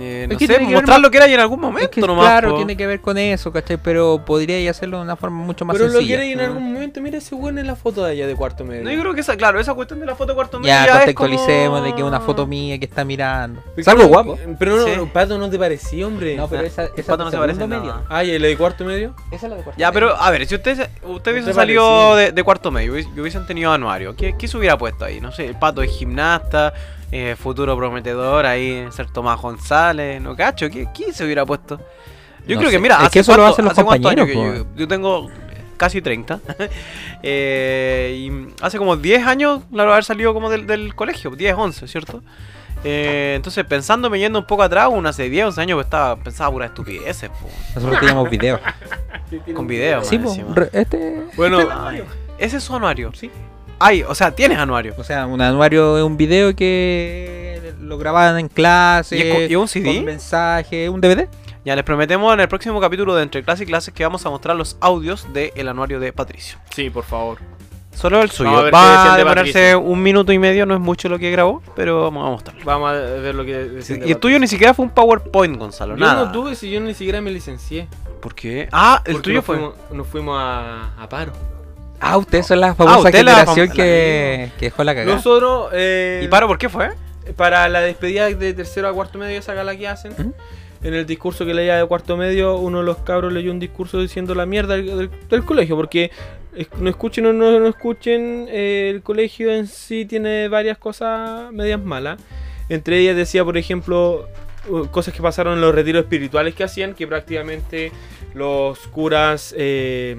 Speaker 3: eh,
Speaker 5: es
Speaker 3: no
Speaker 5: que
Speaker 3: sé,
Speaker 5: tiene que ver
Speaker 3: mostrar lo que era y en algún momento
Speaker 5: es que,
Speaker 3: nomás.
Speaker 5: claro,
Speaker 3: po.
Speaker 5: tiene que ver con eso, ¿cachai? Pero podría hacerlo de una forma mucho más
Speaker 4: Pero lo
Speaker 5: sencilla.
Speaker 4: quiere en algún momento. Mira ese weón en la foto de allá de cuarto medio.
Speaker 3: Mm. No, yo creo que esa, claro, esa cuestión de la foto cuarto medio
Speaker 5: Ya,
Speaker 3: es
Speaker 5: contextualicemos
Speaker 3: como-
Speaker 5: de que es una foto mía que está mirando.
Speaker 4: Pero
Speaker 5: Es algo
Speaker 4: creo
Speaker 5: guapo.
Speaker 4: que- Pero no,
Speaker 3: Sí.
Speaker 4: no, Pato no te parecía, hombre.
Speaker 5: No, pero esa, esa
Speaker 3: Pato no
Speaker 5: es
Speaker 3: se
Speaker 5: de
Speaker 3: parece
Speaker 5: segundo
Speaker 3: en
Speaker 5: medio.
Speaker 3: nada.
Speaker 4: Ah, ¿y la de cuarto medio?
Speaker 5: Esa es la de cuarto
Speaker 3: Ya,
Speaker 5: medio.
Speaker 3: pero a ver, si usted, usted hubiese
Speaker 4: Usted
Speaker 3: salido
Speaker 4: parecía.
Speaker 3: de, de cuarto medio hubiese- y hubiesen tenido anuario, ¿qué, ¿qué se hubiera puesto ahí? No sé, el pato es gimnasta, eh, futuro prometedor, ahí ser Tomás González, no cacho, ¿qué, qué se hubiera puesto? Yo
Speaker 5: No
Speaker 3: creo que,
Speaker 5: sé,
Speaker 3: mira,
Speaker 5: es que eso lo hacen los
Speaker 3: hace cuántos años
Speaker 5: compañeros,
Speaker 3: que yo, yo tengo casi 30, [laughs] eh, y hace como 10 años, claro, haber salido como del, del colegio, 10, 11, ¿cierto? Eh, entonces, pensándome yendo un poco atrás, uno hace 10, 11 años pues, estaba, pensaba puras estupideces, po,
Speaker 5: Nosotros teníamos
Speaker 3: [laughs]
Speaker 5: video.
Speaker 3: con video.
Speaker 5: sí,
Speaker 3: más
Speaker 5: po,
Speaker 3: encima.
Speaker 5: re- este.
Speaker 4: Bueno,
Speaker 3: Ay, ese es su anuario.
Speaker 4: Sí.
Speaker 3: Ay, o sea, tienes anuario.
Speaker 5: O sea, un anuario es un video que lo grababan en clase.
Speaker 3: ¿Y es co- y es un CD?
Speaker 5: Con mensaje, un DVD.
Speaker 3: Ya les prometemos en el próximo capítulo de Entre Clases y Clases que vamos a mostrar los audios del anuario de Patricio.
Speaker 4: sí, por favor.
Speaker 3: Solo el
Speaker 4: Vamos
Speaker 3: suyo.
Speaker 4: a ver qué
Speaker 3: Va
Speaker 4: decía
Speaker 3: a
Speaker 4: el de
Speaker 3: demorarse un minuto y medio, no es mucho lo que grabó, pero vamos a mostrarlo.
Speaker 4: Vamos a ver lo que decía.
Speaker 3: y el tuyo ni siquiera fue un PowerPoint, Gonzalo.
Speaker 4: Yo
Speaker 3: nada.
Speaker 4: no tuve si yo ni siquiera me licencié.
Speaker 3: ¿Por qué? Ah, el
Speaker 4: Porque
Speaker 3: tuyo
Speaker 4: nos
Speaker 3: fue.
Speaker 4: Fuimos, nos fuimos a, a paro.
Speaker 5: Ah, ustedes son la famosa
Speaker 3: usted es la
Speaker 5: generación
Speaker 3: fam-
Speaker 5: que, que dejó la cagada.
Speaker 4: Nosotros. eh,
Speaker 3: ¿Y paro por qué fue?
Speaker 4: Para la despedida de tercero a cuarto medio, esa gala que hacen,
Speaker 5: ¿Mm?
Speaker 4: en el discurso que leía de cuarto medio, uno de los cabros leyó un discurso diciendo la mierda del, del- del colegio, porque es- no escuchen o no, no escuchen, eh, el colegio en sí tiene varias cosas medias malas. Entre ellas decía, por ejemplo, u- cosas que pasaron en los retiros espirituales que hacían, que prácticamente los curas eh,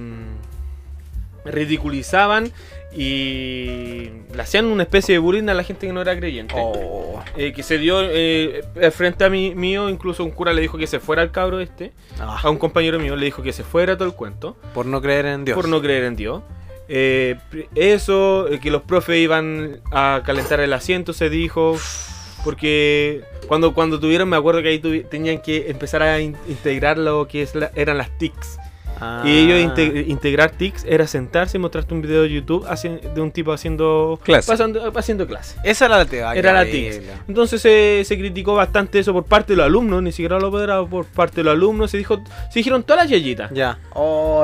Speaker 4: ridiculizaban y le hacían una especie de bullying a la gente que no era creyente.
Speaker 3: Oh.
Speaker 4: Eh, que se dio eh, frente a mí mío, incluso un cura le dijo que se fuera al cabro este,
Speaker 3: Ah,
Speaker 4: a un compañero mío le dijo que se fuera todo el cuento,
Speaker 3: por no creer en Dios.
Speaker 4: por no creer en Dios. Eh, pr- eso, eh, que los profes iban a calentar el asiento, se dijo, porque cuando, cuando tuvieron, me acuerdo que ahí tuvi- tenían que empezar a in- integrar lo que es la- eran las TICs.
Speaker 3: Ah.
Speaker 4: Y ellos inte- integrar tics era sentarse y mostrarte un video de YouTube haci- de un tipo haciendo
Speaker 5: Clase.
Speaker 4: pasando- haciendo clase.
Speaker 3: Esa era la te- ah,
Speaker 4: Era la
Speaker 3: increíble.
Speaker 4: TICS. Entonces se, se criticó bastante eso por parte de los alumnos, ni siquiera lo era por parte de los alumnos, se dijo, se dijeron todas las yayitas.
Speaker 3: Ya.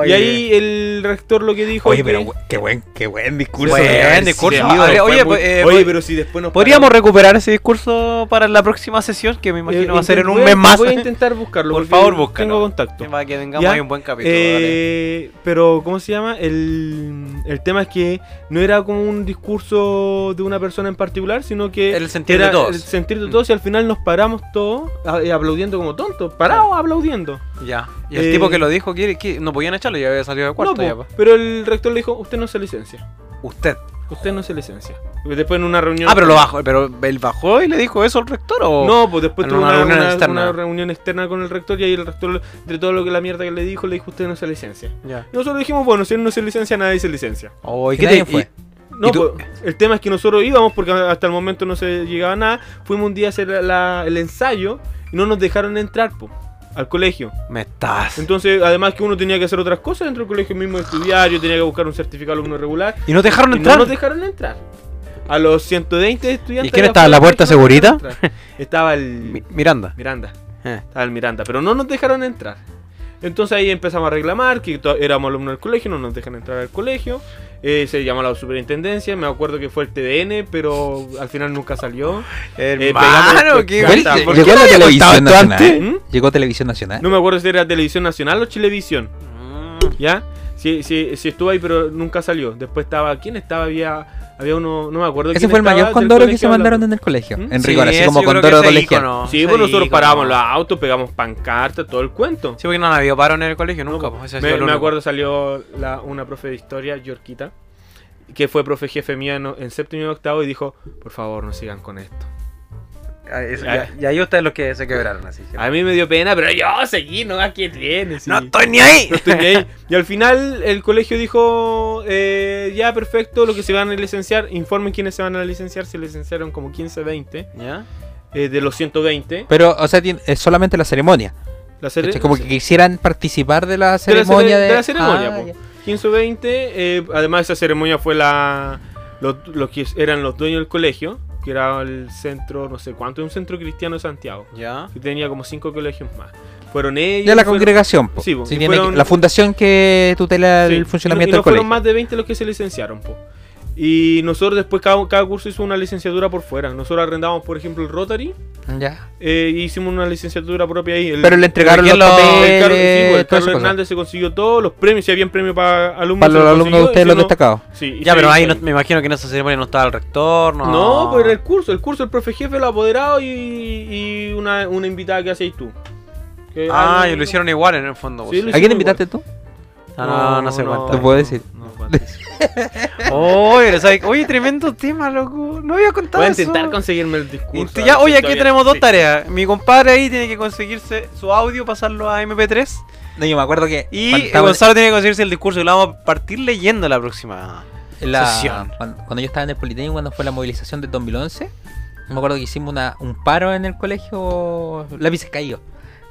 Speaker 4: Y
Speaker 3: eh.
Speaker 4: ahí el rector lo que dijo
Speaker 5: Oye,
Speaker 4: que-
Speaker 5: pero bu- qué buen, qué buen discurso.
Speaker 3: Buen
Speaker 5: debe haber
Speaker 3: discurso.
Speaker 5: sido.
Speaker 3: Ah,
Speaker 4: fue
Speaker 3: oye,
Speaker 4: muy-
Speaker 3: eh,
Speaker 4: oye,
Speaker 3: pod-
Speaker 4: pero si después nos
Speaker 3: Podríamos
Speaker 4: pararon-
Speaker 3: recuperar ese discurso para la próxima sesión, que me imagino
Speaker 4: Eh,
Speaker 3: va a ser en
Speaker 4: intent-
Speaker 3: un
Speaker 4: voy
Speaker 3: mes más.
Speaker 4: Voy a intentar buscarlo.
Speaker 3: Por
Speaker 4: porque
Speaker 3: favor, búscalo.
Speaker 4: Tengo contacto.
Speaker 3: Para [laughs] que tengamos
Speaker 4: Ya.
Speaker 3: ahí un buen capítulo. dale.
Speaker 4: Eh, pero, ¿cómo se llama? El, el tema es que no era como un discurso de una persona en particular, sino que
Speaker 3: El sentir
Speaker 4: era
Speaker 3: de todos.
Speaker 4: el sentir de todos y al final nos paramos todos a- eh, aplaudiendo como tontos, parados aplaudiendo.
Speaker 3: Ya. Y el
Speaker 4: eh,
Speaker 3: tipo que lo dijo, ¿quiere- qué? no podían echarlo, ya había salido de cuarto.
Speaker 4: No,
Speaker 3: ya,
Speaker 4: po,
Speaker 3: pa.
Speaker 4: pero el rector le dijo, usted no se licencia,
Speaker 3: Usted.
Speaker 4: usted no se licencia. Después en una reunión...
Speaker 3: Ah, pero lo bajó. ¿Pero él bajó y le dijo eso al rector? ¿o?
Speaker 4: No, pues después
Speaker 3: En
Speaker 4: tuvo
Speaker 3: una
Speaker 4: una,
Speaker 3: reunión
Speaker 4: una-
Speaker 3: externa.
Speaker 4: una reunión externa con el rector y ahí el rector, de todo lo que la mierda que le dijo, le dijo, usted no se licencia.
Speaker 3: Ya.
Speaker 4: Y nosotros dijimos, bueno, si él no se licencia, nadie se licencia.
Speaker 3: Oh, ¿y
Speaker 5: ¿Qué
Speaker 3: qué te
Speaker 5: año fue?
Speaker 4: No,
Speaker 3: ¿Y tú?
Speaker 4: pues, el tema es que nosotros íbamos porque hasta el momento no se llegaba nada. Fuimos un día a hacer la- el ensayo y no nos dejaron entrar po, al colegio.
Speaker 3: Me estás.
Speaker 4: Entonces, además que uno tenía que hacer otras cosas dentro del colegio mismo, estudiar, yo tenía que buscar un certificado alumno regular.
Speaker 3: ¿Y no te dejaron
Speaker 4: Y
Speaker 3: entrar?
Speaker 4: no nos dejaron entrar. A los 120 estudiantes.
Speaker 3: ¿Y quién
Speaker 4: allá
Speaker 3: estaba en la
Speaker 4: afuera
Speaker 3: puerta,
Speaker 4: del colegio no nos
Speaker 3: segurita?
Speaker 4: dejaron entrar. Estaba el
Speaker 3: Mi- Miranda.
Speaker 4: Miranda.
Speaker 3: Eh.
Speaker 4: Estaba el Miranda, pero no nos dejaron entrar. Entonces ahí empezamos a reclamar que to- éramos alumnos del colegio, no nos dejan entrar al colegio. Eh, se llamó a la superintendencia, me acuerdo que fue el TDN, pero al final nunca salió. eh, pegamos-
Speaker 3: qué
Speaker 4: Llegó
Speaker 3: brígido.
Speaker 4: la
Speaker 3: ¿Por qué no había contado esto antes?
Speaker 4: ¿Mm?
Speaker 5: Llegó Televisión
Speaker 3: Ah.
Speaker 5: Nacional.
Speaker 4: No me acuerdo si era Televisión Nacional o Chilevisión,
Speaker 3: Mm,
Speaker 4: ¿ya? Sí, sí, sí estuvo ahí, pero nunca salió. Después estaba, ¿quién estaba? Había, había uno, no me acuerdo.
Speaker 5: Ese
Speaker 4: quién
Speaker 5: fue el
Speaker 4: estaba
Speaker 5: mayor
Speaker 4: del
Speaker 5: condoro que
Speaker 4: colegio
Speaker 5: se mandaron
Speaker 4: hablando.
Speaker 5: en el colegio.
Speaker 4: ¿Mm?
Speaker 5: En
Speaker 3: Sí,
Speaker 5: rigor, así
Speaker 3: eso
Speaker 5: como
Speaker 3: yo creo que
Speaker 5: condoro
Speaker 3: ese
Speaker 5: colegial.
Speaker 3: ícono,
Speaker 4: Sí,
Speaker 3: ese
Speaker 4: pues nosotros
Speaker 3: ícono.
Speaker 4: parábamos los autos, pegamos pancartas, todo el cuento.
Speaker 3: Sí, porque no han habido paro en el colegio nunca. pues, ese ha sido
Speaker 4: Eh, me,
Speaker 3: el
Speaker 4: me
Speaker 3: único.
Speaker 4: acuerdo salió la- una profe de historia, Yorquita, que fue profe jefe mía en, en séptimo y octavo y dijo, por favor, no sigan con esto.
Speaker 3: Ah, eso,
Speaker 4: Ya.
Speaker 3: ya- Y ahí ustedes los que se quebraron así.
Speaker 4: A mí me dio pena, pero yo seguí, no, aquí tiene. sí.
Speaker 3: No estoy ni ahí.
Speaker 4: No estoy ni ahí. Y al final el colegio dijo, eh, ya perfecto, lo que se van a licenciar, informen quiénes se van a licenciar, se licenciaron como 15, 20,
Speaker 3: ¿Ya?
Speaker 4: eh, de los 120.
Speaker 5: Pero, o sea, tien- es solamente la ceremonia.
Speaker 4: La cere-
Speaker 5: ¿Cachai? como que quisieran participar de la
Speaker 4: de la cere-
Speaker 5: ceremonia.
Speaker 4: de la ceremonia,
Speaker 5: Ah,
Speaker 4: po.
Speaker 5: ya.
Speaker 4: 15 o 20. eh, además, esa ceremonia fue la. Los, los que eran los dueños del colegio, que era el centro, no sé cuánto, un centro cristiano de Santiago,
Speaker 3: ¿Ya?
Speaker 4: que tenía como cinco colegios más. Fueron ellos.
Speaker 5: Ya la
Speaker 4: fueron-
Speaker 5: congregación, po.
Speaker 4: Sí, po.
Speaker 5: Si
Speaker 4: Y
Speaker 5: tiene que-
Speaker 4: fueron-
Speaker 5: la fundación que tutela
Speaker 4: Sí,
Speaker 5: el funcionamiento
Speaker 4: y no
Speaker 5: del colegio.
Speaker 4: fueron más de 20 los que se licenciaron, po. Y nosotros después, cada, cada curso hizo una licenciatura por fuera. Nosotros arrendábamos, por ejemplo, el Rotary
Speaker 5: Ya.
Speaker 4: eh, y hicimos una licenciatura propia ahí. El-
Speaker 5: Pero le entregaron
Speaker 3: ¿quién
Speaker 5: los
Speaker 3: lo- el
Speaker 4: el
Speaker 5: papeles.
Speaker 4: Carlos, sí, po, el
Speaker 5: todas
Speaker 4: Carlos
Speaker 5: esas cosas.
Speaker 4: Hernández se consiguió todos los premios. Si habían premio para alumnos,
Speaker 5: Para
Speaker 4: se
Speaker 5: los alumnos de
Speaker 4: consiguió, y
Speaker 5: ustedes,
Speaker 4: si
Speaker 5: los
Speaker 4: no-
Speaker 5: destacados.
Speaker 4: Sí, y
Speaker 3: Ya,
Speaker 4: se
Speaker 3: pero ahí
Speaker 4: hizo
Speaker 3: no- me imagino que en esa ceremonia no estaba el rector. No,
Speaker 4: No, pues era el curso, el curso, el profejefe, el apoderado y, y una, una invitada que hacéis tú. Que-
Speaker 3: Ah,
Speaker 4: no,
Speaker 3: y lo
Speaker 4: no.
Speaker 3: hicieron igual en el fondo. pues,
Speaker 4: Sí, lo
Speaker 3: sí.
Speaker 5: ¿A quién invitaste tú?
Speaker 3: Ah, no, no se cuenta.
Speaker 5: ¿Te puedo decir?
Speaker 4: No,
Speaker 3: [laughs]
Speaker 4: cuenta eso.
Speaker 3: Oye, pero sabes- oye, tremendo tema, loco. No había contado
Speaker 4: Voy a
Speaker 3: eso.
Speaker 4: intentar conseguirme el discurso.
Speaker 3: Int-
Speaker 4: a
Speaker 3: Ya,
Speaker 4: ver si
Speaker 3: oye, aquí
Speaker 4: todavía-
Speaker 3: tenemos dos
Speaker 4: sí.
Speaker 3: tareas. Mi compadre ahí tiene que conseguirse su audio, pasarlo a MP3.
Speaker 5: No, yo me acuerdo que.
Speaker 3: Y
Speaker 5: cuando
Speaker 3: eh,
Speaker 5: estaba en-
Speaker 3: Gonzalo tiene que conseguirse el discurso y lo vamos a partir leyendo la próxima.
Speaker 5: en la-
Speaker 3: sesión.
Speaker 5: cuando, cuando yo estaba en el Politécnico, cuando fue la movilización del 2011, me acuerdo que hicimos una- un paro en el colegio, lápices caídos.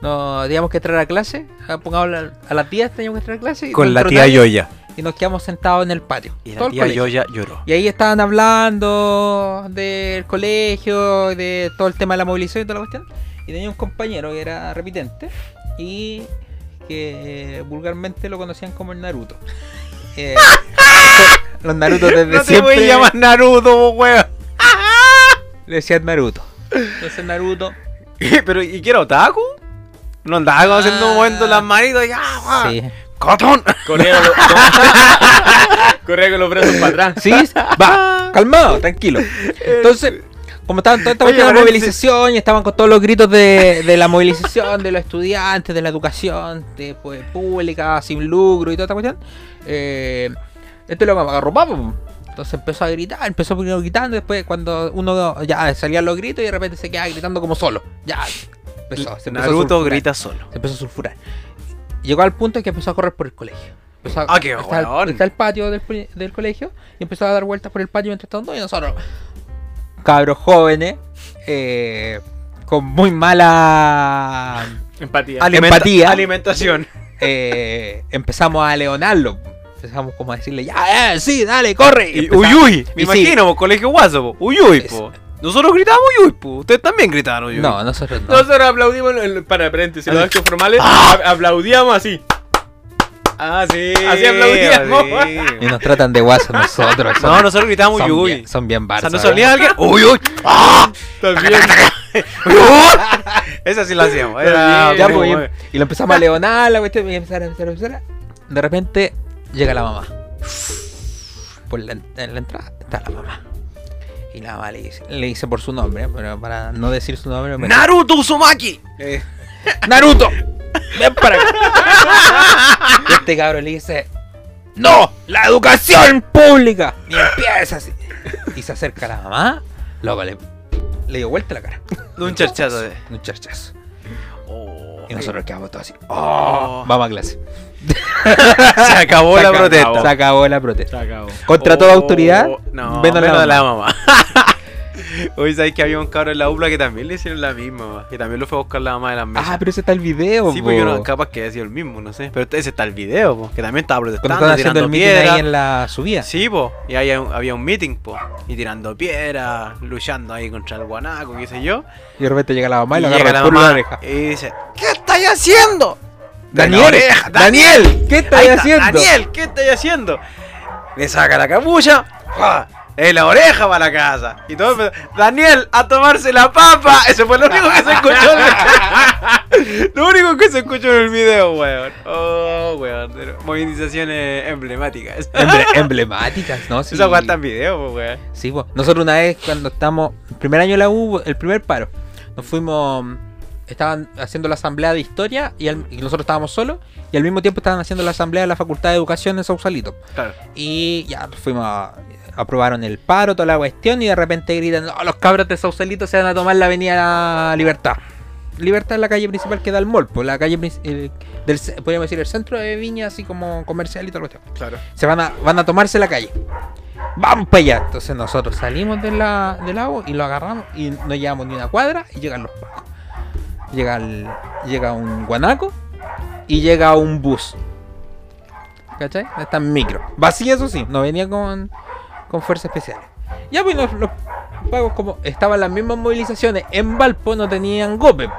Speaker 5: No, teníamos que entrar a clase, ah, pongamos la- a las 10 teníamos que entrar a clase. y no entró nadie,
Speaker 3: Yoya.
Speaker 5: Y nos quedamos sentados en el patio.
Speaker 3: Y
Speaker 5: todo
Speaker 3: la
Speaker 5: el
Speaker 3: tía
Speaker 5: colegio.
Speaker 3: Yoya lloró.
Speaker 5: Y ahí estaban hablando del colegio, de todo el tema de la movilización y toda la cuestión. Y tenía un compañero que era repitente y que eh, vulgarmente lo conocían como el [laughs] Naruto. Eh, los Naruto desde
Speaker 3: No te
Speaker 5: siempre
Speaker 3: voy a llamar Naruto, weón.
Speaker 5: le decían Naruto. Entonces Naruto.
Speaker 3: [laughs] Pero, ¿y quiero otaku? No andaba haciendo un
Speaker 5: Ah.
Speaker 3: momento las manitos y ¡ah, weón!
Speaker 5: Sí.
Speaker 3: ¡Cotón!
Speaker 4: Corría con, los-
Speaker 3: [laughs]
Speaker 4: corría con los brazos para atrás.
Speaker 5: Sí, sí, va, calmado, tranquilo. Entonces, como estaban toda esta
Speaker 3: Oye,
Speaker 5: cuestión de la
Speaker 3: Lorenzo.
Speaker 5: movilización y estaban con todos los gritos de, de la movilización, de los estudiantes, de la educación de, pues, pública, sin lucro y toda esta cuestión, eh, este lo agarró papo. Entonces empezó a gritar, empezó primero gritando, después cuando uno ya salían los gritos y de repente se quedaba gritando como solo. Ya. Empezó, se empezó a
Speaker 3: Naruto
Speaker 5: sulfurar,
Speaker 3: grita solo.
Speaker 5: Se empezó a sulfurar. Llegó al punto en que empezó a correr por el colegio. Empezó a-
Speaker 3: Ah, qué
Speaker 5: está, el-
Speaker 3: weón.
Speaker 5: está el patio del, pri- del colegio y empezó a dar vueltas por el patio mientras tanto y nosotros, cabros jóvenes, eh, con muy mala
Speaker 4: Empatía.
Speaker 5: Ale- Empatía.
Speaker 3: Alimentación.
Speaker 5: eh, empezamos a leonarlo. Empezamos como a decirle, ya, eh, sí, dale, corre.
Speaker 3: Y
Speaker 5: empezamos-
Speaker 3: uy, uy, me
Speaker 5: y sí.
Speaker 3: imagino, po, colegio guaso, po. uy, uy, po. Nosotros gritábamos uy, uy, po. Ustedes también gritaron uy, uy.
Speaker 5: No, nosotros no.
Speaker 4: Nosotros aplaudimos, en- en- para paréntesis, los actos formales, a- aplaudíamos así.
Speaker 3: Ah, sí.
Speaker 4: Así aplaudíamos.
Speaker 5: Y nos tratan de guasos nosotros.
Speaker 3: [laughs]
Speaker 5: son-
Speaker 3: No, nosotros gritábamos uy,
Speaker 5: son
Speaker 3: uy.
Speaker 5: bien, son bien
Speaker 3: O sea,
Speaker 5: barzas,
Speaker 3: nos
Speaker 5: ¿verdad?
Speaker 3: salía alguien. ¡Uy, uy! ¿eh? [laughs] ¡Ah!
Speaker 4: También.
Speaker 3: ¡Uy, uy! [laughs] Esa sí la hacíamos. Era,
Speaker 5: Ya,
Speaker 3: muy
Speaker 5: pues,
Speaker 3: buena.
Speaker 5: y, y lo empezamos a leonar, la cuestión, y empezar, empezar, empezar. De repente llega la mamá. Por la, en la entrada está la mamá. Y la mamá le dice, le dice por su nombre, pero para no decir su nombre. me- "Eh,
Speaker 3: ¡Naruto Uzumaki!
Speaker 5: ¡Naruto! ¡Ven para acá! Y este cabrón le dice: ¡No! ¡La educación pública! Y empieza así. Y se acerca la mamá, luego le, le dio vuelta la cara.
Speaker 3: Un charchazo. eh.
Speaker 5: Un charchazo.
Speaker 3: Oh.
Speaker 5: Y nosotros quedamos todos así.
Speaker 3: Oh.
Speaker 5: Vamos a clase.
Speaker 3: [laughs] [laughs] Se acabó
Speaker 5: Se
Speaker 3: la
Speaker 5: acabó. Se
Speaker 3: protesta.
Speaker 5: acabó la protesta.
Speaker 4: Se acabó.
Speaker 5: Contra toda autoridad,
Speaker 3: Oh, No,
Speaker 5: ven
Speaker 3: menos,
Speaker 5: a la
Speaker 3: la,
Speaker 5: mamá. [laughs]
Speaker 3: mamá. Hoy sabéis que había un cabrón en la UPLA que también le hicieron la misma, que también lo fue a buscar la mamá de las mesas.
Speaker 5: Ah, pero ese está el video.
Speaker 3: Sí, pues yo
Speaker 5: po.
Speaker 3: no, capaz que haya sido el mismo, no sé. Pero este, ese está el video, po, que también estaba
Speaker 5: Cuando
Speaker 3: protestando,
Speaker 5: estaban haciendo
Speaker 3: tirando
Speaker 5: el meeting
Speaker 3: piedras.
Speaker 5: ahí en la subida.
Speaker 3: Sí, po. Y ahí había un- había un meeting, po. Y tirando piedras, luchando ahí contra el guanaco, qué sé yo.
Speaker 5: Y de repente llega la mamá y
Speaker 3: Y
Speaker 5: lo
Speaker 3: llega
Speaker 5: agarra
Speaker 3: la
Speaker 5: por la
Speaker 3: mamá
Speaker 5: oreja.
Speaker 3: Y dice, ¿qué estáis haciendo? De la
Speaker 5: Daniel,
Speaker 3: oreja,
Speaker 5: Daniel, ¿qué
Speaker 3: Ahí
Speaker 5: estáis
Speaker 3: está,
Speaker 5: haciendo?
Speaker 3: Daniel, ¿qué estáis haciendo? Le saca la capucha, ¡pa! en la oreja para la casa. Y todo empezó, Daniel, a tomarse la papa. Eso fue lo único que se escuchó. en el- [laughs] lo único que se escuchó en el video, weón. Oh, weón. pero Movilizaciones emblemáticas.
Speaker 5: Emble- emblemáticas, ¿no? Sí.
Speaker 3: [laughs] Esa weá está en video, po, weón.
Speaker 5: Sí, po. Nosotros una vez cuando estamos, el primer año de la U, el primer paro, nos fuimos, mm, estaban haciendo la asamblea de historia y, al- y nosotros estábamos solos y al mismo tiempo estaban haciendo la asamblea de la Facultad de Educación en Sausalito.
Speaker 3: Claro.
Speaker 5: Y ya pues, fuimos, a- aprobaron el paro, toda la cuestión y de repente gritan, "No, los cabros de Sausalito se van a tomar la avenida Libertad. Libertad es la calle principal que da al mall, pues, la calle princi- el- del, ce- podríamos decir el centro de Viña, así como comercial y toda la cuestión
Speaker 4: Claro.
Speaker 5: se van a, van a tomarse la calle. Vamos para allá. Entonces nosotros salimos de la, del agua y lo agarramos y no llevamos ni una cuadra y llegan los pacos. Llega, el- llega un guanaco y llega un bus. ¿Cachai? Está en micro. Vacía, eso sí, no venía con, con fuerza especial. Ya pues los, los pacos como estaban las mismas movilizaciones en Valpo no tenían gope.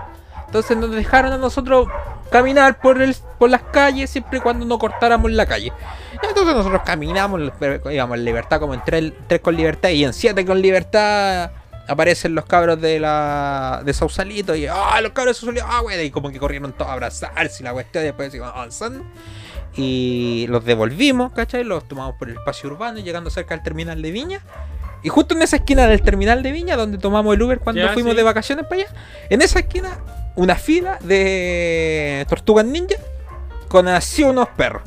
Speaker 5: Entonces nos dejaron a nosotros caminar por, el, por las calles siempre y cuando no cortáramos la calle. Y Entonces nosotros caminamos, pero íbamos en libertad como en 3, con libertad y en 7 con libertad aparecen los cabros de la de Sausalito y ah los cabros de Sausalito ah wey y como que corrieron todos a abrazarse y la cuestión y después seguimos avanzando y los devolvimos ¿cachai? los tomamos por el espacio urbano y llegando cerca del terminal de Viña y justo en esa esquina del terminal de Viña donde tomamos el Uber cuando
Speaker 4: Ya,
Speaker 5: fuimos
Speaker 4: sí.
Speaker 5: de vacaciones para allá en esa esquina una fila de tortugas ninja con así unos perros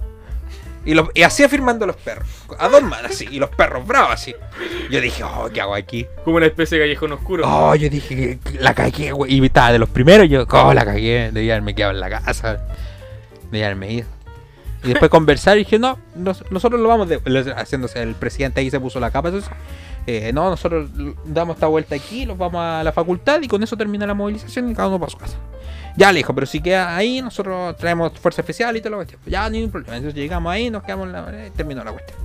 Speaker 5: y, los- y así afirmando los perros. A dos manos así. Y los perros bravos así. Yo dije, oh, ¿qué hago aquí?
Speaker 4: Como una especie de callejón
Speaker 3: Ah.
Speaker 4: oscuro.
Speaker 5: Oh, yo dije, que- que la cagué, güey. Y estaba de los primeros. Yo, oh, la cagué. Debía haberme quedado en la casa. Debía haberme ido. Y después conversar y dije, no, nos- nosotros lo vamos de- lo- haciéndose. El presidente ahí se puso la capa. entonces, eh, no, nosotros l- damos esta vuelta aquí, los vamos a la facultad y con eso termina la movilización y cada uno para su casa. Ya le dijo, pero si queda ahí, nosotros traemos fuerza especial y todo lo cuestión. Ya, ningún problema. Entonces llegamos ahí, nos quedamos en la. y terminó la cuestión.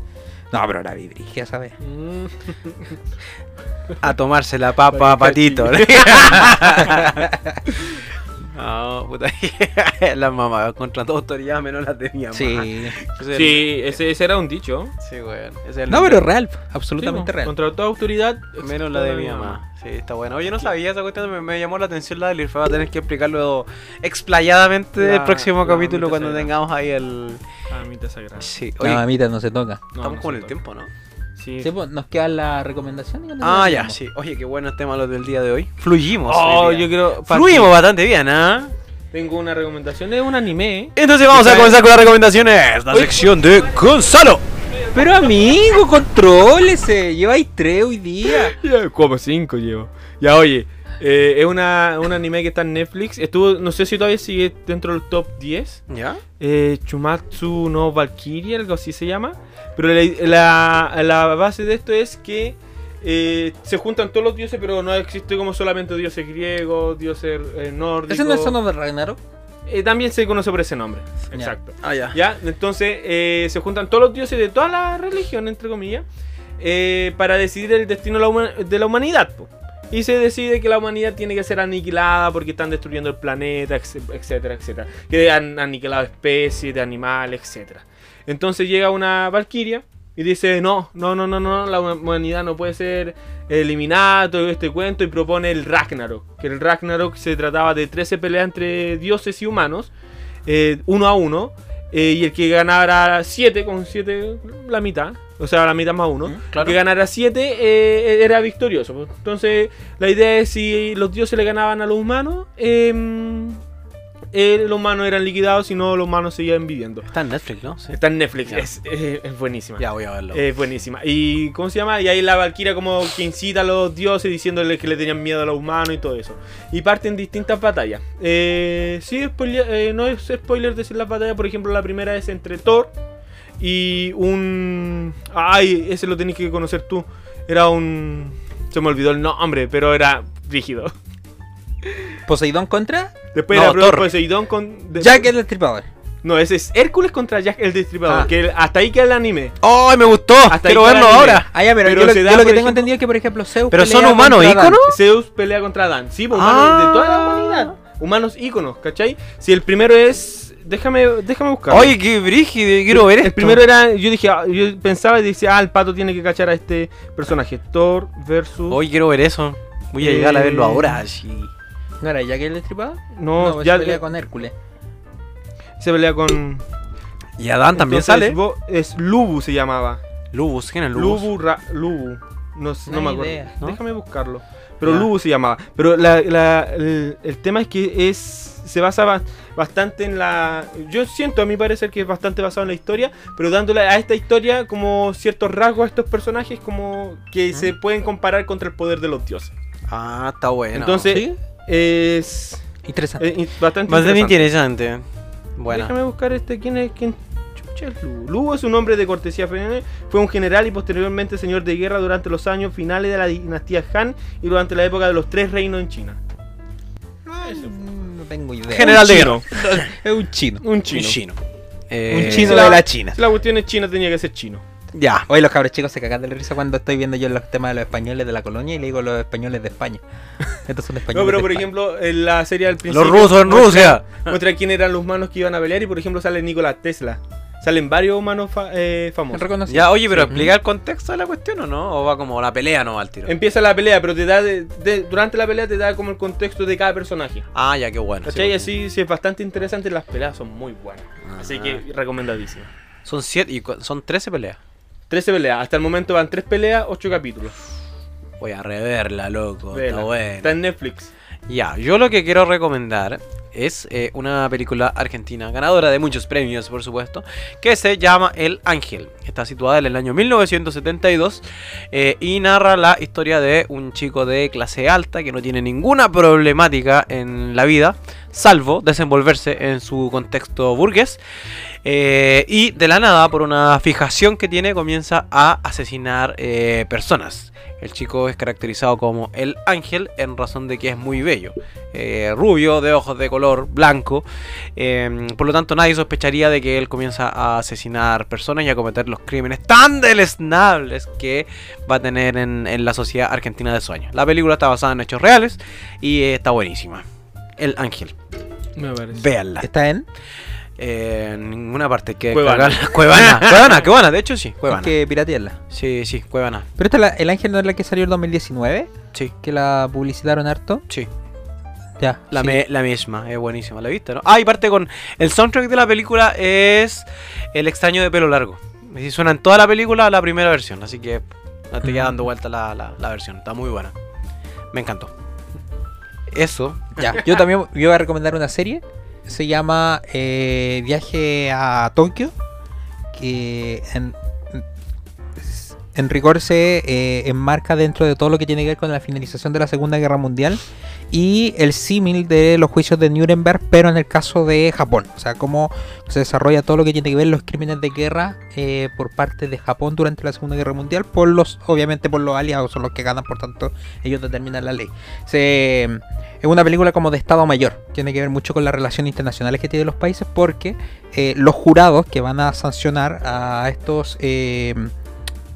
Speaker 5: No, pero la vibrigia, ¿sabes?
Speaker 4: Mm.
Speaker 3: A tomarse la papa, patito. [laughs] No, puta. [laughs] Las mamás contra toda autoridad menos las de mi mamá. Ese es el-
Speaker 4: Sí, ese, ese era un dicho.
Speaker 3: Sí, weón. ese es el
Speaker 5: No,
Speaker 3: nombre.
Speaker 5: pero real, absolutamente
Speaker 4: Sí,
Speaker 5: real.
Speaker 4: Contra toda autoridad.
Speaker 3: Menos la de mi mamá. Sí, está bueno. Oye, no sabía esa cuestión, me, me llamó la atención la del IRFA. Va a tener que explicarlo explayadamente
Speaker 4: La-
Speaker 3: el próximo
Speaker 4: la
Speaker 3: capítulo
Speaker 4: mamita
Speaker 3: cuando
Speaker 4: sagrada.
Speaker 3: tengamos ahí el.
Speaker 4: A mí te sagrada.
Speaker 3: Sí,
Speaker 5: La
Speaker 3: oye,
Speaker 5: mamita no se toca.
Speaker 4: No,
Speaker 3: estamos
Speaker 4: no
Speaker 3: con
Speaker 4: se
Speaker 3: el
Speaker 4: toca.
Speaker 3: tiempo, ¿no?
Speaker 4: Sí.
Speaker 5: Sí, pues, nos quedan las recomendaciones.
Speaker 3: Ah, ya, sí. Oye, qué buenos temas los del día de hoy. Fluimos.
Speaker 4: Oh,
Speaker 3: hoy día.
Speaker 4: yo quiero.
Speaker 3: Fluimos bastante bien, ¿ah?
Speaker 4: Tengo una
Speaker 3: ¿eh?
Speaker 4: recomendación. Es un anime.
Speaker 3: Entonces vamos a comenzar con las recomendaciones. La
Speaker 4: Oye.
Speaker 3: sección de Gonzalo.
Speaker 5: Pero amigo, contrólese. Lleváis tres hoy día.
Speaker 4: Ya, Como cinco llevo. Ya, oye, eh, es una, un anime que está en Netflix. Estuvo, no sé si todavía sigue dentro del top 10.
Speaker 3: ¿Ya?
Speaker 4: Eh, Chumatsu no Valkyrie, algo así se llama. Pero la, la- la base de esto es que eh, se juntan todos los dioses, pero no existe como solamente dioses griegos, dioses eh, nórdicos.
Speaker 5: ¿Ese no es Sono de Ragnarok?
Speaker 4: Eh, también se conoce por ese nombre.
Speaker 5: Ya.
Speaker 4: Exacto.
Speaker 3: Ah, ya.
Speaker 4: ¿Ya? Entonces eh, se juntan todos los dioses de toda la religión, entre comillas, eh, para decidir el destino de la, huma- de la humanidad. po. Y se decide que la humanidad tiene que ser aniquilada porque están destruyendo el planeta, ex- etcétera, etcétera. Que han aniquilado especies de animales, etcétera. Entonces llega una valquiria y dice, no, no, no, no, no, la humanidad no puede ser eliminada, todo este cuento, y propone el Ragnarok. Que el Ragnarok se trataba de 13 peleas entre dioses y humanos, eh, uno a uno, eh, y el que ganara 7, con 7 la mitad, o sea, la mitad más uno,
Speaker 5: Mm,
Speaker 4: el que ganara 7 era victorioso. pues. Entonces, la idea es si los dioses le ganaban a los humanos, em, eh, los humanos eran liquidados, si no, los humanos seguían viviendo.
Speaker 3: Está en Netflix, ¿no? Sí. Eh,
Speaker 4: Está en Netflix,
Speaker 3: Ya.
Speaker 4: es, es- es buenísima.
Speaker 3: Ya voy a verlo.
Speaker 4: Es buenísima. ¿Y cómo se llama? Y ahí la Valquiria como que incita a los dioses diciéndoles que le tenían miedo a los humanos y todo eso. Y parten distintas batallas. Eh, sí, spoiler- eh, no es spoiler decir las batallas, por ejemplo, la primera es entre Thor y un... Ay, ese lo tenés que conocer tú. Era un... Se me olvidó el nombre, pero era rígido.
Speaker 5: ¿Poseidón contra?
Speaker 4: Después
Speaker 3: No,
Speaker 4: era
Speaker 3: Thor.
Speaker 4: Poseidón con... después-
Speaker 5: Jack el Destripador.
Speaker 4: No, ese es Hércules contra Jack el Destripador.
Speaker 5: Ah.
Speaker 4: Que el- hasta ahí queda el anime.
Speaker 3: ¡Ay, me gustó!
Speaker 4: Hasta
Speaker 3: Oh, Quiero
Speaker 4: ahí queda
Speaker 3: verlo
Speaker 4: el anime.
Speaker 3: ahora.
Speaker 5: Ah, ya, pero,
Speaker 4: Pero
Speaker 5: yo, lo,
Speaker 4: se da,
Speaker 5: yo lo
Speaker 4: por
Speaker 5: que tengo
Speaker 4: ejemplo-
Speaker 5: entendido es que, por ejemplo, Zeus.
Speaker 3: Pero
Speaker 5: pelea
Speaker 3: son humanos
Speaker 5: contra Adán.
Speaker 3: íconos.
Speaker 4: Zeus pelea contra Dan. Sí, pues,
Speaker 3: Ah.
Speaker 4: humanos de toda la humanidad. Humanos íconos, ¿cachai? Si el primero es. Déjame, déjame buscar.
Speaker 3: Oye, qué brígido, quiero ver esto.
Speaker 4: El primero era. Yo dije, ah, yo pensaba y decía, ah, el pato tiene que cachar a este personaje. Thor versus.
Speaker 3: Oye, quiero ver eso. Voy a llegar a verlo
Speaker 4: Eh.
Speaker 3: ahora. así.
Speaker 5: ¿No era Jack el Destripador?
Speaker 4: No,
Speaker 5: pues
Speaker 4: ya-
Speaker 5: pelea con Hércules.
Speaker 4: se pelea con.
Speaker 3: Y Adán también
Speaker 4: Entonces,
Speaker 3: sale.
Speaker 4: bo- Es Lubu se llamaba.
Speaker 3: Lubus, ¿quién es Lubus?
Speaker 4: Lubu. Ra- Lubu. No, sé, no
Speaker 5: No
Speaker 4: me
Speaker 5: hay
Speaker 4: acuerdo.
Speaker 5: idea,
Speaker 3: ¿no?
Speaker 4: Déjame buscarlo. Pero
Speaker 3: Ya.
Speaker 4: Lubu se llamaba. Pero la- la- el, el tema es que es se basa ba- bastante en la. Yo siento a mi parecer que es bastante basado en la historia, pero dándole a esta historia como ciertos rasgos a estos personajes como que se pueden comparar contra el poder de los dioses.
Speaker 3: Ah, está bueno.
Speaker 4: Entonces
Speaker 5: ¿Sí?
Speaker 4: es,
Speaker 5: Interesante.
Speaker 4: es in- bastante
Speaker 3: Va a ser
Speaker 4: interesante.
Speaker 3: interesante. Bueno.
Speaker 4: Déjame buscar este. ¿Quién es? ¿Quién? Chucha es Lugo. Lugo es un hombre de cortesía femenina. Fue un general y posteriormente señor de guerra durante los años finales de la dinastía Han y durante la época de los tres reinos en China.
Speaker 5: Mm, no tengo idea.
Speaker 3: General de guerra.
Speaker 5: Es un chino.
Speaker 4: Un
Speaker 3: Un
Speaker 4: chino.
Speaker 3: chino.
Speaker 5: Un
Speaker 3: Eh,
Speaker 5: chino
Speaker 4: la-
Speaker 5: de la China.
Speaker 4: Si la cuestión es china, tenía que ser chino.
Speaker 3: Ya.
Speaker 5: Hoy los cabros chicos se cagan de la risa cuando estoy viendo yo los temas de los españoles de la colonia y le digo los españoles
Speaker 4: [laughs]
Speaker 5: de España. Estos son españoles.
Speaker 4: No, pero
Speaker 5: de
Speaker 4: por
Speaker 5: España.
Speaker 4: ejemplo, en la serie al principio.
Speaker 3: Los rusos en
Speaker 4: muestra-
Speaker 3: Rusia.
Speaker 4: Muestra quién eran los humanos que iban a pelear y por ejemplo sale Nikola Tesla. Salen varios humanos fa- eh, famosos.
Speaker 5: Reconocido.
Speaker 3: Ya, oye, pero explica el contexto de la cuestión o no? O va como la pelea no al tiro.
Speaker 4: Empieza la pelea, pero te da de- de- durante la pelea te da como el contexto de cada personaje.
Speaker 3: Ah, ya, qué bueno.
Speaker 4: ¿Cachai?
Speaker 3: Sí,
Speaker 4: así sí, es bastante interesante, las peleas son muy buenas.
Speaker 3: Ah.
Speaker 4: Así que recomendadísimo.
Speaker 3: Son siete y cu- son 13 peleas.
Speaker 4: 13 peleas, hasta el momento van 3 peleas, 8 capítulos.
Speaker 3: Voy a reverla, loco.
Speaker 4: Vela.
Speaker 3: Oh, Está bueno.
Speaker 4: Está en Netflix.
Speaker 3: Ya, yo lo que quiero recomendar es eh, una película argentina, ganadora de muchos premios, por supuesto, que se llama El Ángel. Está situada en el año 1972 eh, y narra la historia de un chico de clase alta que no tiene ninguna problemática en la vida, salvo desenvolverse en su contexto burgués. eh, y de la nada, por una fijación que tiene, comienza a asesinar eh, personas. El chico es caracterizado como el ángel en razón de que es muy bello. eh, rubio, de ojos de color blanco. eh, por lo tanto, nadie sospecharía de que él comienza a asesinar personas y a cometer los crímenes tan deleznables que va a tener en, en la sociedad argentina de sueños. La película está basada en hechos reales y eh, está buenísima. El ángel,
Speaker 4: Me parece.
Speaker 3: véanla.
Speaker 5: ¿Está en?
Speaker 3: Eh, en ninguna parte hay que
Speaker 4: Cuevana.
Speaker 3: descargarla. Cuevana, Cuevana, Cuevana, de hecho sí, Cuevana.
Speaker 5: Hay que piratearla.
Speaker 3: Sí, sí, Cuevana.
Speaker 5: Pero esta, la, el ángel no es la que salió en 2019,
Speaker 3: Sí,
Speaker 5: que la publicitaron harto.
Speaker 3: sí.
Speaker 5: Ya.
Speaker 3: La,
Speaker 5: sí.
Speaker 3: me- la misma, es buenísima, la viste, ¿no? Ah, y parte con. El soundtrack de la película es El extraño de pelo largo. Si suena en toda la película la primera versión, así que no te queda dando vuelta la, la- la versión. Está muy buena. Me encantó. Eso.
Speaker 5: Ya. Yo también yo voy a recomendar una serie. Se llama eh, Viaje a Tokio. Que en- en rigor se eh, enmarca dentro de todo lo que tiene que ver con la finalización de la Segunda Guerra Mundial y el símil de los juicios de Nuremberg, pero en el caso de Japón. O sea, cómo se desarrolla todo lo que tiene que ver los crímenes de guerra eh, por parte de Japón durante la Segunda Guerra Mundial, por los, obviamente por los aliados, son los que ganan, por tanto, ellos determinan la ley. Se, es una película como de Estado Mayor, tiene que ver mucho con las relaciones internacionales que tienen los países, porque eh, los jurados que van a sancionar a estos... eh,